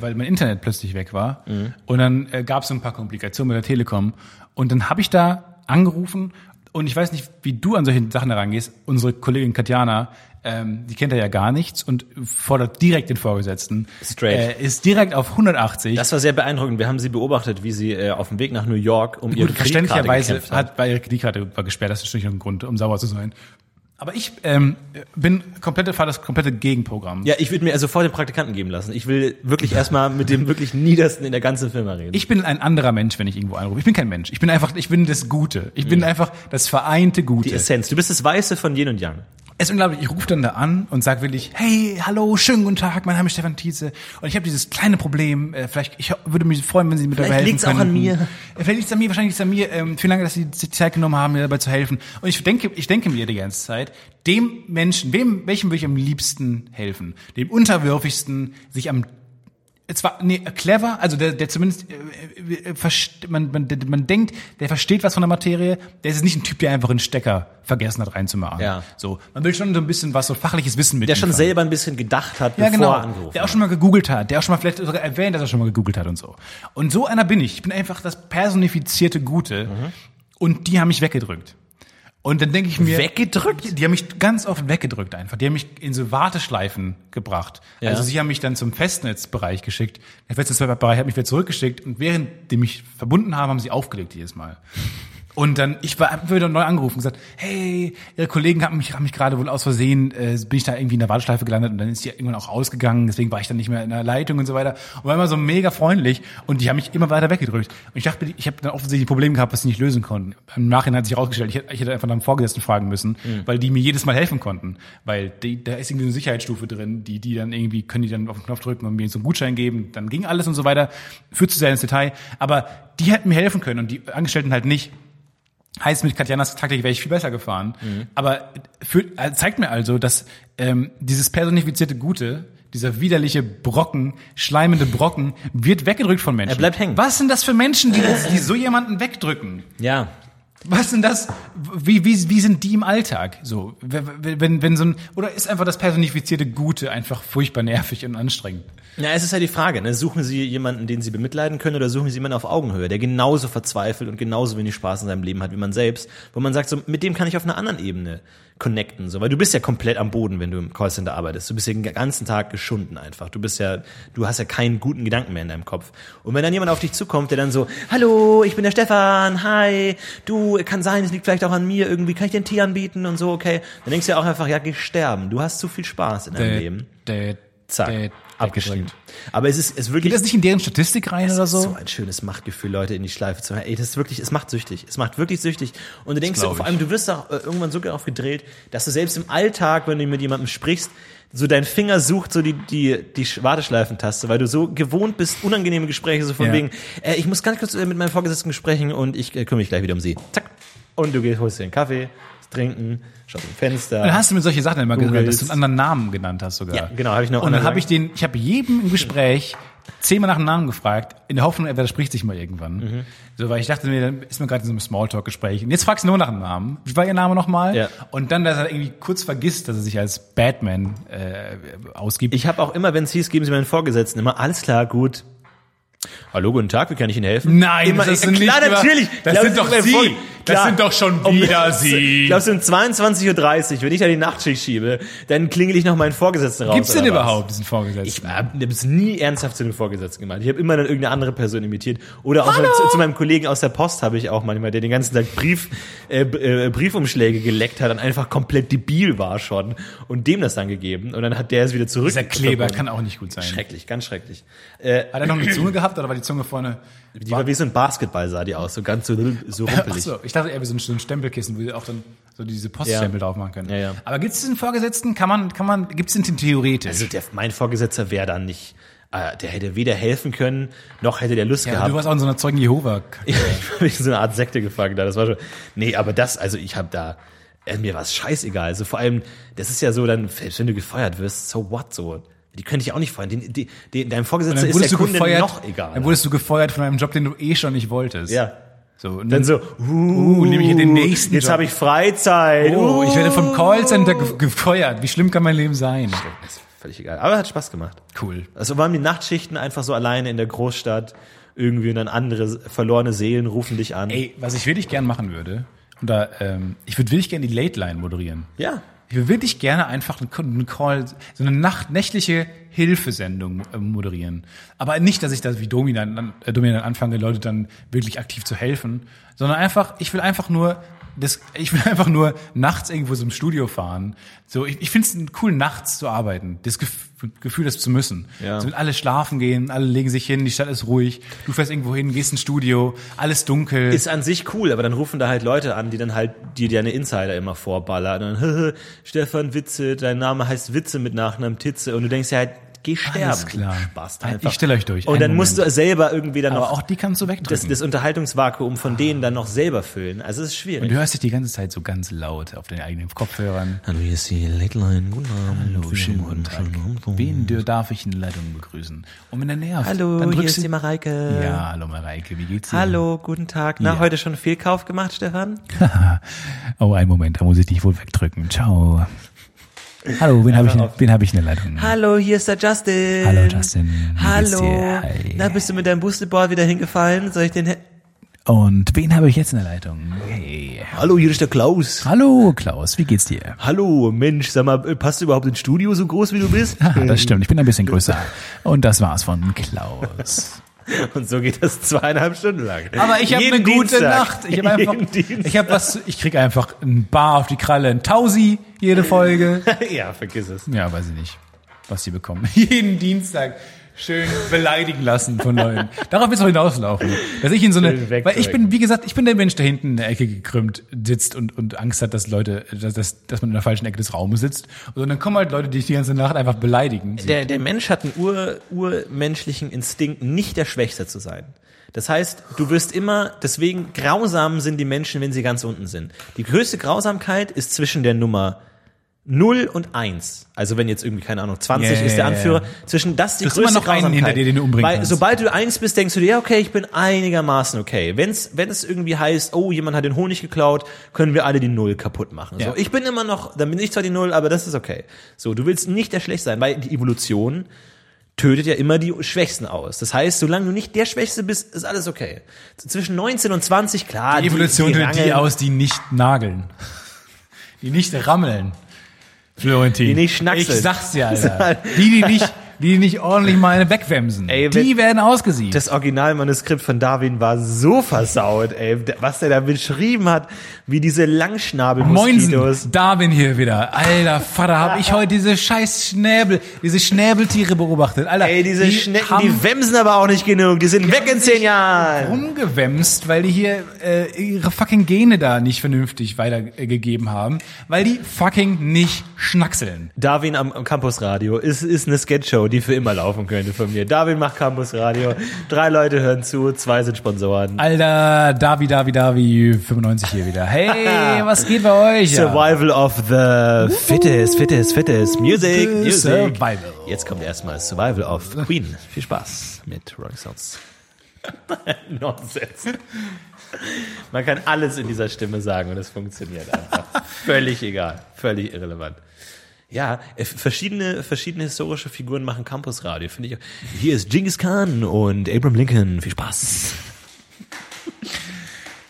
weil mein Internet plötzlich weg war. Mhm. Und dann äh, gab es so ein paar Komplikationen mit der Telekom. Und dann habe ich da angerufen und ich weiß nicht, wie du an solche Sachen herangehst. Unsere Kollegin Katjana, ähm, die kennt da ja gar nichts und fordert direkt den Vorgesetzten. Straight. Äh, ist direkt auf 180. Das war sehr beeindruckend. Wir haben sie beobachtet, wie sie äh, auf dem Weg nach New York um ihre Gut, Kreditkarte verständlicherweise gekämpft hat. hat, weil ihre Kreditkarte war gesperrt, das ist natürlich ein Grund, um sauer zu sein. Aber ich ähm, bin komplette, fahr das komplette Gegenprogramm. Ja, ich würde mir sofort den Praktikanten geben lassen. Ich will wirklich erstmal mit dem wirklich Niedersten in der ganzen Firma reden. Ich bin ein anderer Mensch, wenn ich irgendwo anrufe. Ich bin kein Mensch. Ich bin einfach, ich bin das Gute. Ich bin einfach das vereinte Gute. die Essenz. Du bist das Weiße von Yin und Yang. Es ist unglaublich, ich rufe dann da an und sage wirklich, hey, hallo, schönen guten Tag, mein Name ist Stefan Tietze und ich habe dieses kleine Problem, äh, vielleicht, ich ho- würde mich freuen, wenn Sie mir Vielleicht dabei helfen liegt's auch an könnten. mir. Äh, Vielleicht liegt's an mir, wahrscheinlich liegt's an mir. Ähm, vielen Dank, dass Sie die Zeit genommen haben, mir dabei zu helfen. Und ich denke, ich denke mir die ganze Zeit, dem Menschen, wem, welchem würde ich am liebsten helfen? Dem unterwürfigsten, sich am zwar nee, clever, also der, der zumindest äh, äh, verst- man, man, man denkt, der versteht was von der Materie, der ist jetzt nicht ein Typ, der einfach einen Stecker vergessen hat reinzumachen. Ja. So, man will schon so ein bisschen was so fachliches Wissen mit. Der schon selber ein bisschen gedacht hat, ja, bevor genau, er angerufen der auch hat. schon mal gegoogelt hat, der auch schon mal vielleicht sogar erwähnt, dass er schon mal gegoogelt hat und so. Und so Mhm. einer bin ich. Ich bin einfach das personifizierte Gute und die haben mich weggedrückt. Und dann denke ich mir. Weggedrückt? Die, die haben mich ganz oft weggedrückt einfach. Die haben mich in so Warteschleifen gebracht. Ja. Also sie haben mich dann zum Festnetzbereich geschickt. Der Festnetzbereich hat mich wieder zurückgeschickt und während die mich verbunden haben, haben sie aufgelegt jedes Mal. Und dann, ich war hab wieder neu angerufen und gesagt, hey, ihre Kollegen haben mich, haben mich gerade wohl aus Versehen, äh, bin ich da irgendwie in der Warteschleife gelandet und dann ist die irgendwann auch ausgegangen, deswegen war ich dann nicht mehr in der Leitung und so weiter. Und war immer so mega freundlich und die haben mich immer weiter weggedrückt. Und ich dachte, ich habe dann offensichtlich ein Problem gehabt, was sie nicht lösen konnten. Im Nachhinein hat sich herausgestellt, ich hätte, ich hätte einfach nach dem Vorgesetzten fragen müssen, weil die mir jedes Mal helfen konnten. Weil die, da ist irgendwie eine Sicherheitsstufe drin, die, die dann irgendwie, können die dann auf den Knopf drücken und mir so einen Gutschein geben, dann ging alles und so weiter. Führt zu sehr ins Detail. Aber die hätten mir helfen können und die Angestellten halt nicht. Heißt, mit Katjanas Taktik wäre ich viel besser gefahren. Mhm. Aber für, äh, zeigt mir also, dass ähm, dieses personifizierte Gute, dieser widerliche Brocken, schleimende Brocken, wird weggedrückt von Menschen. Er bleibt hängen. Was sind das für Menschen, die, das, die so jemanden wegdrücken? Ja. Was sind das? Wie, wie, wie sind die im Alltag? So, wenn, wenn- wenn so ein, oder ist einfach das personifizierte Gute einfach furchtbar nervig und anstrengend? Ja, es ist ja die Frage, ne? suchen Sie jemanden, den Sie bemitleiden können oder suchen Sie jemanden auf Augenhöhe, der genauso verzweifelt und genauso wenig Spaß in seinem Leben hat wie man selbst, wo man sagt, so, mit dem kann ich auf einer anderen Ebene connecten, so, weil du bist ja komplett am Boden, wenn du im Callcenter arbeitest. Du bist ja den ganzen Tag geschunden einfach. Du bist ja, du hast ja keinen guten Gedanken mehr in deinem Kopf. Und wenn dann jemand auf dich zukommt, der dann so, hallo, ich bin der Stefan, hi, du, kann sein, es liegt vielleicht auch an mir, irgendwie kann ich dir einen Tee anbieten und so, okay. Dann denkst du ja auch einfach, ja, geh sterben. Du hast zu viel Spaß in deinem Leben. Zack. Abgeschrieben. Aber es ist, es ist wirklich Geht das nicht in deren Statistik rein oder es ist so? so ein schönes Machtgefühl, Leute in die Schleife zu hören. Ey, das ist wirklich, es macht süchtig. Es macht wirklich süchtig. Und du denkst, glaub vor ich. allem, du wirst auch äh, irgendwann so darauf gedreht, dass du selbst im Alltag, wenn du mit jemandem sprichst, so dein Finger sucht so die, die, die Sch- Warteschleifentaste, weil du so gewohnt bist, unangenehme Gespräche, so von Ja. wegen, äh, ich muss ganz kurz äh, mit meinem Vorgesetzten sprechen und ich äh, kümmere mich gleich wieder um sie. Zack. Und du gehst, holst dir einen Kaffee, was trinken, schaust im Fenster. Dann hast du mir solche Sachen immer gesagt, dass Googles. du einen anderen Namen genannt hast sogar. Ja, genau, hab ich noch Und dann anderen habe ich den, ich habe jedem im Gespräch zehnmal nach dem Namen gefragt, in der Hoffnung, er widerspricht sich mal irgendwann. Mhm. So, weil ich dachte mir, dann ist man gerade in so einem Smalltalk-Gespräch. Und jetzt fragst du nur nach dem Namen. Wie war ihr Name nochmal? Ja. Und dann, dass er irgendwie kurz vergisst, dass er sich als Batman äh, ausgibt. Ich habe auch immer, wenn es hieß, geben Sie mir einen Vorgesetzten, immer, alles klar, gut. Hallo, guten Tag, wie kann ich Ihnen helfen? Nein, immer, das äh, sind klar, nicht über- natürlich. Das Glaubst sind du, doch mein Sie. Vorge- Das Klar. Um sind doch schon wieder Sie. Glaubst du, um 22.30 Uhr, wenn ich da die Nachtschicht schiebe, dann klingel ich noch meinen Vorgesetzten raus. Gibt's den oder was? überhaupt, diesen Vorgesetzten? Ich habe es nie ernsthaft zu dem Vorgesetzten gemeint. Ich habe immer dann irgendeine andere Person imitiert. Oder auch zu, zu meinem Kollegen aus der Post habe ich auch manchmal, der den ganzen Tag Brief, äh, B- äh, Briefumschläge geleckt hat und einfach komplett debil war schon und dem das dann gegeben. Und dann hat der es wieder zurück. Dieser Kleber kann auch nicht gut sein. Schrecklich, ganz schrecklich. Äh, Hat er noch eine Zunge gehabt oder war die Zunge vorne? die war wie so ein Basketball sah die aus, so ganz so, so Ach rumpelig. so, ich dachte eher wie so ein, so ein Stempelkissen, wo sie auch dann so diese Poststempel Ja. drauf machen können. Ja, ja. Aber gibt es den Vorgesetzten? Kann man, kann man, gibt es den theoretisch? Also der, mein Vorgesetzter wäre dann nicht, äh, der hätte weder helfen können, noch hätte der Lust ja, gehabt. du warst auch in so einer Zeugen Jehova. ich war in so eine Art Sekte gefangen da. Das war schon. Nee, aber das, also ich habe da. äh, Mir war es scheißegal. Also vor allem, das ist ja so, dann, selbst wenn du gefeuert wirst, so what so. Die könnte ich auch nicht feuern. Den, den, den, deinem Vorgesetzten ist der Kunde noch egal. Dann wurdest du gefeuert von einem Job, den du eh schon nicht wolltest. ja. So, und Dann so, uh, uh nehme ich hier den nächsten Jetzt Job. habe ich Freizeit. Oh, ich werde vom vom Callcenter ge gefeuert. Wie schlimm kann mein Leben sein? Ist völlig egal. Aber hat Spaß gemacht. Cool. Also waren die Nachtschichten einfach so alleine in der Großstadt irgendwie und dann andere verlorene Seelen rufen dich an. Ey, was ich wirklich gern machen würde, und da, ähm, ich würde wirklich gern die Late Line moderieren. Ja. Ich würde wirklich gerne einfach einen K- einen Call, so eine nacht, nächtliche Hilfesendung äh, moderieren. Aber nicht, dass ich da wie Domi dann, äh, Domi dann anfange, Leute dann wirklich aktiv zu helfen, sondern einfach, ich will einfach nur, das, ich will einfach nur nachts irgendwo so im Studio fahren. So, ich, ich finde es cool, nachts zu arbeiten. Das Gef Gefühl, das zu müssen. Ja. So, alle schlafen gehen, alle legen sich hin, die Stadt ist ruhig. Du fährst irgendwo hin, gehst ins Studio, alles dunkel. Ist an sich cool, aber dann rufen da halt Leute an, die dann halt dir deine Insider immer vorballern. Und dann, Stefan Witze, dein Name heißt Witze mit Nachnamen Titze. Und du denkst ja halt, geh sterben. Alles klar. Spaß Ein- einfach. ich stell euch durch. Und Einen dann musst du selber irgendwie dann aber noch auch die kannst du wegdrücken. das, das Unterhaltungsvakuum von denen dann noch selber füllen. Also es ist Du schwierig. hörst dich die ganze Zeit so ganz laut auf den eigenen Kopfhörern. Hallo, hier ist die Late Line. Guten Abend. Hallo, schönen guten Tag. Wen dür- darf ich in der Leitung begrüßen? Und wenn er nervt, Hallo, dann hier ist drückst die du... Mareike. Ja, hallo Mareike, wie geht's dir? Hallo, guten Tag. Na, Ja. heute schon Fehlkauf gemacht, Stefan? Oh, einen Moment, da muss ich dich wohl wegdrücken. Ciao. Hallo, wen habe ich, in- wen hab ich in der Leitung? Hallo, hier ist der Justin. Hallo, Justin. Wie geht's Hallo. dir? Hi. Na, bist du mit deinem Boosted Board wieder hingefallen? Soll ich den... He- Und wen habe ich jetzt in der Leitung? Hey. Hallo, hier ist der Klaus. Hallo Klaus, wie geht's dir? Hallo, Mensch, sag mal, äh, passt du überhaupt ins Studio so groß, wie du bist? Mhm. Ah, das stimmt, ich bin ein bisschen größer. Und das war's von Klaus. Und so geht das zweieinhalb Stunden lang. Aber ich habe Jeden eine gute Dienstag. Nacht. Ich habe einfach, Jeden Dienstag. ich habe was, ich krieg einfach ein Bar auf die Kralle, ein Tausi jede Folge. ja, vergiss es. Ja, weiß ich nicht, was die bekommen. Jeden Dienstag schön beleidigen lassen von Leuten. Darauf wird's doch hinauslaufen, dass ich in so eine, Schön wegdrücken. weil ich bin, wie gesagt, ich bin der Mensch, der hinten in der Ecke gekrümmt sitzt und und Angst hat, dass Leute, dass, dass, dass man in der falschen Ecke des Raumes sitzt. Und dann kommen halt Leute, die dich die ganze Nacht einfach beleidigen. Der, der Mensch hat einen ur, urmenschlichen Instinkt, nicht der Schwächste zu sein. Das heißt, du wirst immer, deswegen grausam sind die Menschen, wenn sie ganz unten sind. Die größte Grausamkeit ist zwischen der Nummer 0 und 1. Also wenn jetzt irgendwie, keine Ahnung, 20 Ja, ja, ist der ja, ja. Anführer. Zwischen das ist die Du hast größte immer noch einen Grausamkeit. hinter dir, den du umbringen Weil kannst. sobald du 1 bist, denkst du dir, ja okay, ich bin einigermaßen okay. Wenn's, wenn es irgendwie heißt, oh, jemand hat den Honig geklaut, können wir alle die Null kaputt machen. Ja. So, ich bin immer noch, dann bin ich zwar die Null, aber das ist okay. So, du willst nicht der Schlecht sein, weil die Evolution tötet ja immer die Schwächsten aus. Das heißt, solange du nicht der Schwächste bist, ist alles okay. Zwischen 19 und 20, klar. Die Evolution tötet die rangeln, aus, die nicht nageln. Die nicht rammeln. Florentin. Die nicht schnackseln. Ich sag's dir, Alter. Die, die nicht, die, die nicht ordentlich mal eine wegwemsen. Ey, die wenn- werden ausgesiebt. Das Originalmanuskript von Darwin war so versaut, ey. Was der da beschrieben hat, wie diese Langschnabelmoskitos. Moinsen, da bin hier wieder. Alter Vater, hab ich heute diese scheiß Schnäbel, diese Schnäbeltiere beobachtet. Alter, Ey, diese Schnecken, haben die wemsen aber auch nicht genug. Die sind weg in zehn Jahren. rumgewemst, weil die hier äh, ihre fucking Gene da nicht vernünftig weitergegeben haben, weil die fucking nicht schnackseln. Darwin am, am Campusradio ist, ist eine Sketchshow, die für immer laufen könnte von mir. Darwin macht Campusradio. Drei Leute hören zu, zwei sind Sponsoren. Alter, Davi, Davi, Davi, 95 hier wieder. Hey, was geht bei euch? Survival of the fittest, fittest, fittest. Music, The Music. Survival. Jetzt kommt erstmal Survival of Queen. Viel Spaß mit Rolling Stones. Nonsens. Man kann alles in dieser Stimme sagen und es funktioniert einfach. Völlig egal. Völlig irrelevant. Ja, äh, verschiedene, verschiedene historische Figuren machen Campusradio, finde ich. auch. Hier ist Genghis Khan und Abraham Lincoln. Viel Spaß.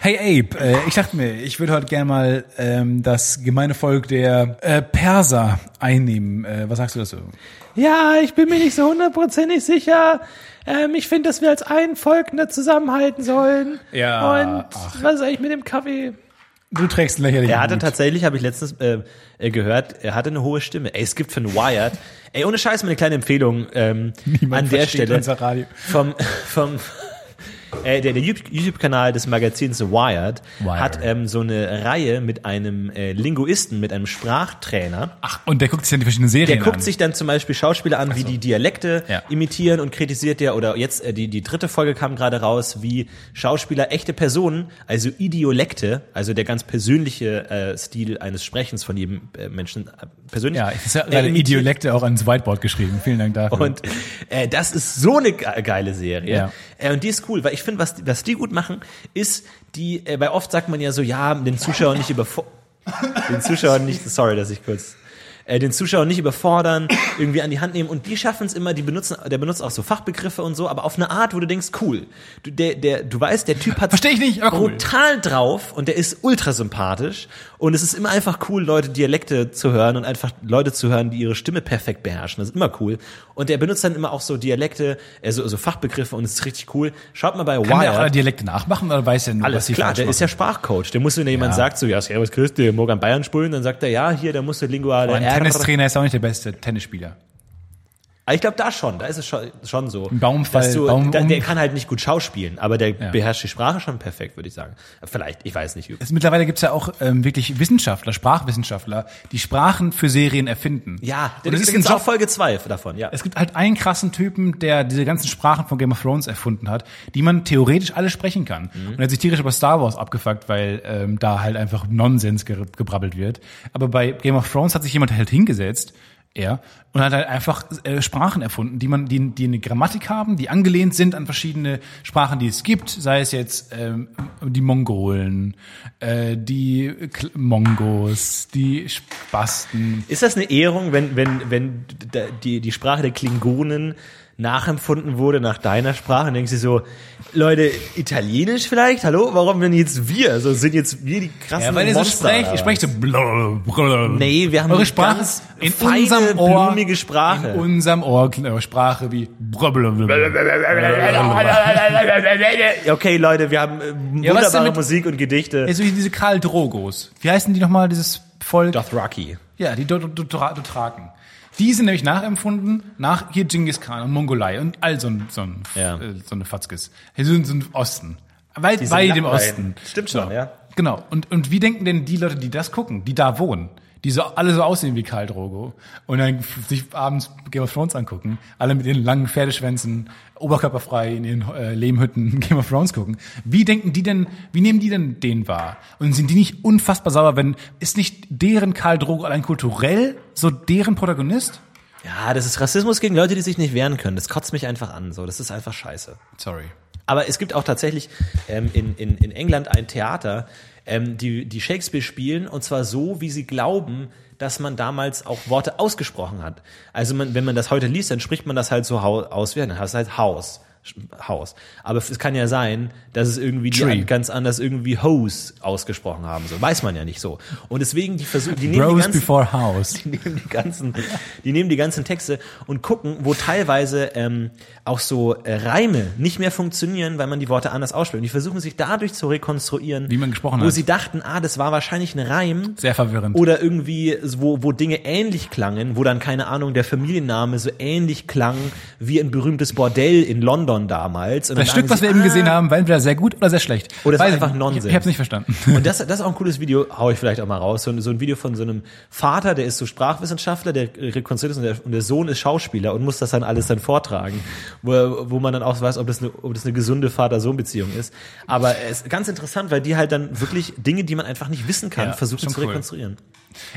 Hey Abe, äh, ich dachte mir, ich würde heute gerne mal ähm, das gemeine Volk der äh, Perser einnehmen. Äh, was sagst du dazu? Ja, ich bin mir nicht so hundertprozentig sicher. Ähm, ich finde, dass wir als ein Volk ne, zusammenhalten sollen. Ja, Und ach. was ist eigentlich mit dem Kaffee? Du trägst einen lächerlichen Er hatte Hut. tatsächlich, habe ich letztens äh, äh, gehört, er hatte eine hohe Stimme. Ey, es gibt von Wired. Ey, ohne Scheiß, mal eine kleine Empfehlung ähm, Niemand an der versteht Stelle. unser Radio. Vom, vom äh, der, der YouTube- YouTube-Kanal des Magazins Wired, Wired. hat ähm, so eine Reihe mit einem äh, Linguisten, mit einem Sprachtrainer. Ach, und der guckt sich dann die verschiedenen Serien Der an. guckt sich dann zum Beispiel Schauspieler an, wie die Dialekte Ja. imitieren und kritisiert ja, oder jetzt äh, die, die dritte Folge kam gerade raus, wie Schauspieler echte Personen, also Idiolekte, also der ganz persönliche äh, Stil eines Sprechens von jedem äh, Menschen äh, persönlich. ja, ich ist ja äh, gerade imitiert. Idiolekte auch ans Whiteboard geschrieben. Vielen Dank dafür. Und äh, das ist so eine ge- geile Serie. Ja. Äh, und die ist cool, weil ich finde, was, die- was die gut machen, ist, die, äh, weil oft sagt man ja so, ja, den Zuschauer nicht überfordern. den Zuschauer nicht, sorry, dass ich kurz. äh, Den Zuschauer nicht überfordern, irgendwie an die Hand nehmen. Und die schaffen es immer, die benutzen, der benutzt auch so Fachbegriffe und so, aber auf eine Art, wo du denkst, cool. Du, der, der, du weißt, der Typ hat Versteh ich nicht, aber cool. brutal drauf und der ist ultra sympathisch. Und es ist immer einfach cool, Leute Dialekte zu hören und einfach Leute zu hören, die ihre Stimme perfekt beherrschen. Das ist immer cool. Und der benutzt dann immer auch so Dialekte, also, also Fachbegriffe und es ist richtig cool. Schaut mal bei Kann der auch alle Wired. Dialekte nachmachen oder weiß er nur, was Alles sie klar, falsch der machen? ist ja Sprachcoach. Der muss, wenn dir jemand Ja. sagt, so, ja, servus Christi, morgen an Bayern spulen, dann sagt er, ja, hier, da musst du linguale Ein R- Tennistrainer ist auch nicht der beste Tennisspieler. Ah, Ich glaube, da schon, da ist es schon, schon so. Baumfall, dass du, Baum- da, der um- kann halt nicht gut schauspielen, aber der beherrscht die Sprache schon perfekt, würde ich sagen. Vielleicht, ich weiß nicht. Es, mittlerweile gibt's ja auch ähm, wirklich Wissenschaftler, Sprachwissenschaftler, die Sprachen für Serien erfinden. Ja, und es ist ein gibt's auch Job. Folge 2 davon, ja. Es gibt halt einen krassen Typen, der diese ganzen Sprachen von Game of Thrones erfunden hat, die man theoretisch alle sprechen kann. Und er hat sich tierisch über Star Wars abgefuckt, weil ähm, da halt einfach Nonsens ge gebrabbelt wird. Aber bei Game of Thrones hat sich jemand halt hingesetzt, er, und hat halt einfach äh, Sprachen erfunden, die man, die, die eine Grammatik haben, die angelehnt sind an verschiedene Sprachen, die es gibt, sei es jetzt ähm, die Mongolen, äh, die Kl Mongos, die Spasten. Ist das eine Ehrung, wenn, wenn, wenn d- die, die Sprache der Klingonen nachempfunden wurde nach deiner Sprache. Und denkst du so, Leute, Italienisch vielleicht? Hallo? Warum denn jetzt wir? So sind jetzt wir die krassen Ja, weil ihr so Monster. sprecht, ihr oder sprecht so blub, blub. Nee, wir haben eure eine Sprache ganz in feine, unserem Ohr, blumige Sprache. In unserem Ohr klingt eure Sprache wie blub, blub, blub, blub. was? Okay, Leute, wir haben äh, Ja, was ist denn wunderbare mit- Musik und Gedichte. Ja, so wie Also diese Karl Drogos. Wie heißen die nochmal, dieses Volk? Dothraki. Ja, die Dot- Dot- Dot- Dothraken. Die sind nämlich nachempfunden nach hier Genghis Khan und Mongolei und all so, ein, so, ein, Ja. äh, so eine Fatzkes. Die sind, sind Osten. Weit, sind weit im langweilig. Osten. Stimmt schon, ja. Genau. Und, und wie denken denn die Leute, die das gucken, die da wohnen, die so alle so aussehen wie Karl Drogo und dann f- sich abends Game of Thrones angucken, alle mit ihren langen Pferdeschwänzen, oberkörperfrei in ihren äh, Lehmhütten Game of Thrones gucken. Wie denken die denn, wie nehmen die denn den wahr? Und sind die nicht unfassbar sauer, wenn, ist nicht deren Karl Drogo allein kulturell so deren Protagonist? Ja, das ist Rassismus gegen Leute, die sich nicht wehren können. Das kotzt mich einfach an. So, das ist einfach scheiße. Sorry. Aber es gibt auch tatsächlich ähm, in, in, in England ein Theater, ähm, die, die Shakespeare spielen, und zwar so, wie sie glauben, dass man damals auch Worte ausgesprochen hat. Also man, wenn man das heute liest, dann spricht man das halt so hau- aus, wie dann heißt es halt Haus. Sch- Haus. Aber es kann ja sein, dass es irgendwie die Tree. an, ganz anders irgendwie Hose ausgesprochen haben. So weiß man ja nicht so. Und deswegen die versuchen, die nehmen die Bros ganzen, before house. die nehmen die ganzen, die nehmen die ganzen Texte und gucken, wo teilweise ähm, auch so äh, Reime nicht mehr funktionieren, weil man die Worte anders ausspricht. Und die versuchen sich dadurch zu rekonstruieren, Wie man gesprochen wo hat. sie dachten, ah, das war wahrscheinlich ein Reim. Sehr verwirrend. Oder irgendwie, wo, wo Dinge ähnlich klangen, wo dann, keine Ahnung, der Familienname so ähnlich klang wie ein berühmtes Bordell in London damals. Und dann das Stück, sagen was sie, wir eben ah, gesehen haben, war entweder sehr gut oder sehr schlecht. Oder es war Weiß ich einfach nicht. Nonsens. Ich, ich hab's nicht verstanden. Und das, das ist auch ein cooles Video, hau ich vielleicht auch mal raus. So ein, so ein Video von so einem Vater, der ist so Sprachwissenschaftler, der äh, rekonstruiert ist und der, und der Sohn ist Schauspieler und muss das dann alles dann vortragen. Wo, er- wo man dann auch weiß, ob das eine, ob das eine gesunde Vater-Sohn-Beziehung ist. Aber es ist ganz interessant, weil die halt dann wirklich Dinge, die man einfach nicht wissen kann, Ja, versuchen schon zu cool. rekonstruieren.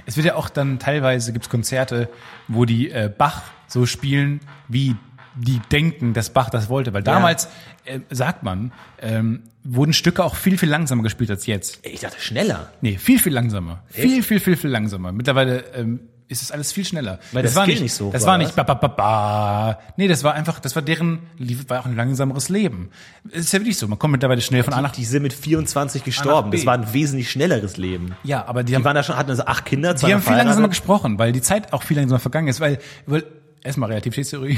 Es wird ja auch dann teilweise gibt's Konzerte, wo die äh, Bach so spielen, wie die denken, dass Bach das wollte. Weil damals, äh, sagt man, ähm, wurden Stücke auch viel, viel langsamer gespielt als jetzt. Ich dachte, schneller. Nee, viel, viel langsamer. Viel, viel, viel, viel langsamer. Mittlerweile ähm, ist es alles viel schneller. Weil der war Skill nicht, nicht so hoch Das war, war nicht ba, ba, ba, ba. Nee, das war einfach, das war deren, war auch ein langsameres Leben. Es ist ja wirklich so, man kommt mittlerweile schnell von A Ah, nach Ah, Die sind mit 24 gestorben. B. Das war ein wesentlich schnelleres Leben. Ja, aber die Die haben waren da schon, hatten also acht Kinder, zwei Die haben viel verheiratet. langsamer gesprochen, weil die Zeit auch viel langsamer vergangen ist, weil, weil erstmal Relativitätstheorie,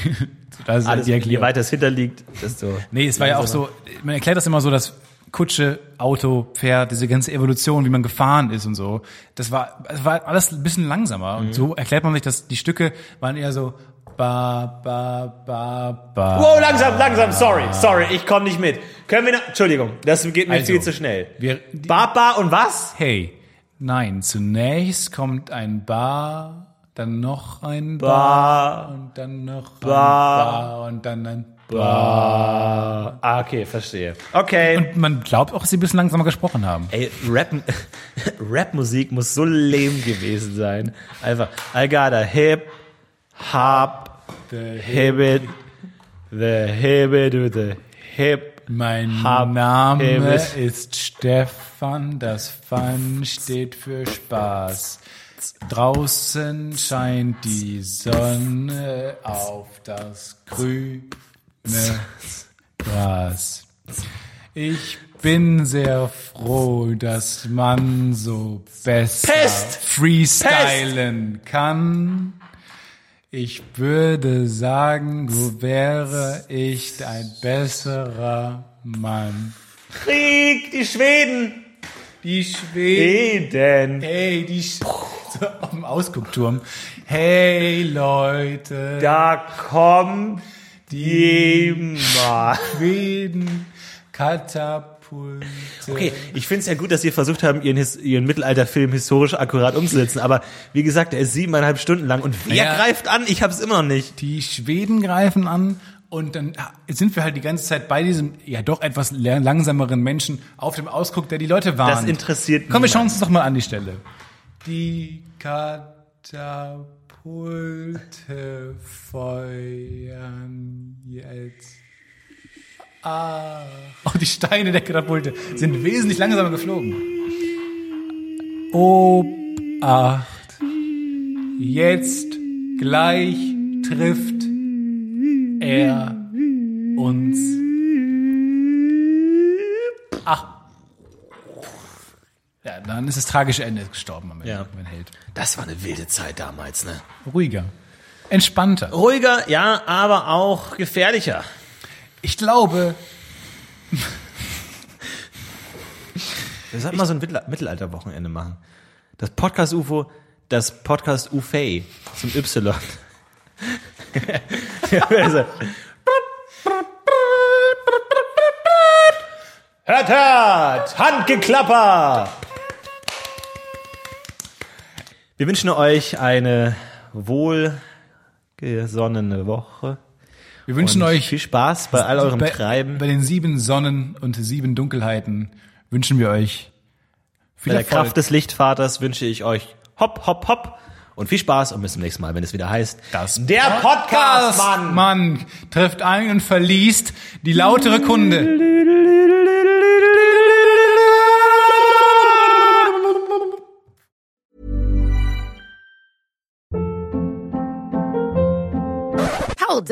da ist Alles, die je Erklärung. weiter es hinterliegt, desto. Nee, es war ja auch langsamer. so, man erklärt das immer so, dass Kutsche, Auto, Pferd, diese ganze Evolution, wie man gefahren ist und so, das war, das war alles ein bisschen langsamer. Mhm. Und so erklärt man sich, dass die Stücke waren eher so ba, ba, ba, ba. Wow, langsam, langsam, sorry, sorry, ich komme nicht mit. Können wir, na- Entschuldigung, das geht mir Also, viel zu schnell. wir- Baba und was? Hey, nein, zunächst kommt ein Ba, dann noch ein Ba, Ba. und dann noch Ba. ein Ba und dann ein Ah, okay, verstehe. Okay. Und man glaubt auch, dass sie ein bisschen langsamer gesprochen haben. Ey, Rap, Rapmusik muss so lame gewesen sein. Einfach, I got a hip, hop, hip it, the hip it with the hip. Mein Hab- Name Elvis. ist Stefan, das Fun steht für Spaß. Draußen scheint die Sonne auf das grüne Gras. Ich bin sehr froh, dass man so besser Pest! freestylen kann. Ich würde sagen, so wäre ich ein besserer Mann. Krieg, die Schweden. Die Eden. Schweden. Hey, die Sch so auf dem Ausguckturm. Hey Leute, Da kommt jemand. Schweden, Katapulte. Okay, ich finde es ja gut, dass Sie versucht haben, Ihren, His Ihren Mittelalterfilm historisch akkurat umzusetzen, aber wie gesagt, er ist siebeneinhalb Stunden lang und wer Ja. greift an? Ich habe es immer noch nicht. Die Schweden greifen an und dann sind wir halt die ganze Zeit bei diesem ja doch etwas la- langsameren Menschen auf dem Ausguck, der die Leute warnt. Das interessiert Komm, wir niemand. schauen uns das doch mal an die Stelle. Die Katapulte feuern jetzt. Ah. Oh, die Steine der Katapulte sind wesentlich langsamer geflogen. Obacht. Jetzt gleich trifft er uns. Ach. Ja, dann ist das tragische Ende gestorben, wenn Ja. mein Held. Das war eine wilde Zeit damals, ne? Ruhiger. Entspannter. Ruhiger, ja, aber auch gefährlicher. Ich glaube, Wir sollten mal so ein Mittel- Mittelalter-Wochenende machen. Das Podcast-UFO, das Podcast-UFA zum Y. Also, hört, hört! Handgeklapper! Wir wünschen euch eine wohlgesonnene Woche. wir wünschen Und euch viel Spaß bei all eurem bei, Treiben. Bei den sieben Sonnen und sieben Dunkelheiten wünschen wir euch viel Mit der Erfolg. Kraft des Lichtvaters wünsche ich euch hopp, hopp, hopp und viel Spaß und bis zum nächsten Mal, wenn es wieder heißt. Das der Podcast, Mann! Mann trifft ein und verliest die lautere Kunde. Hold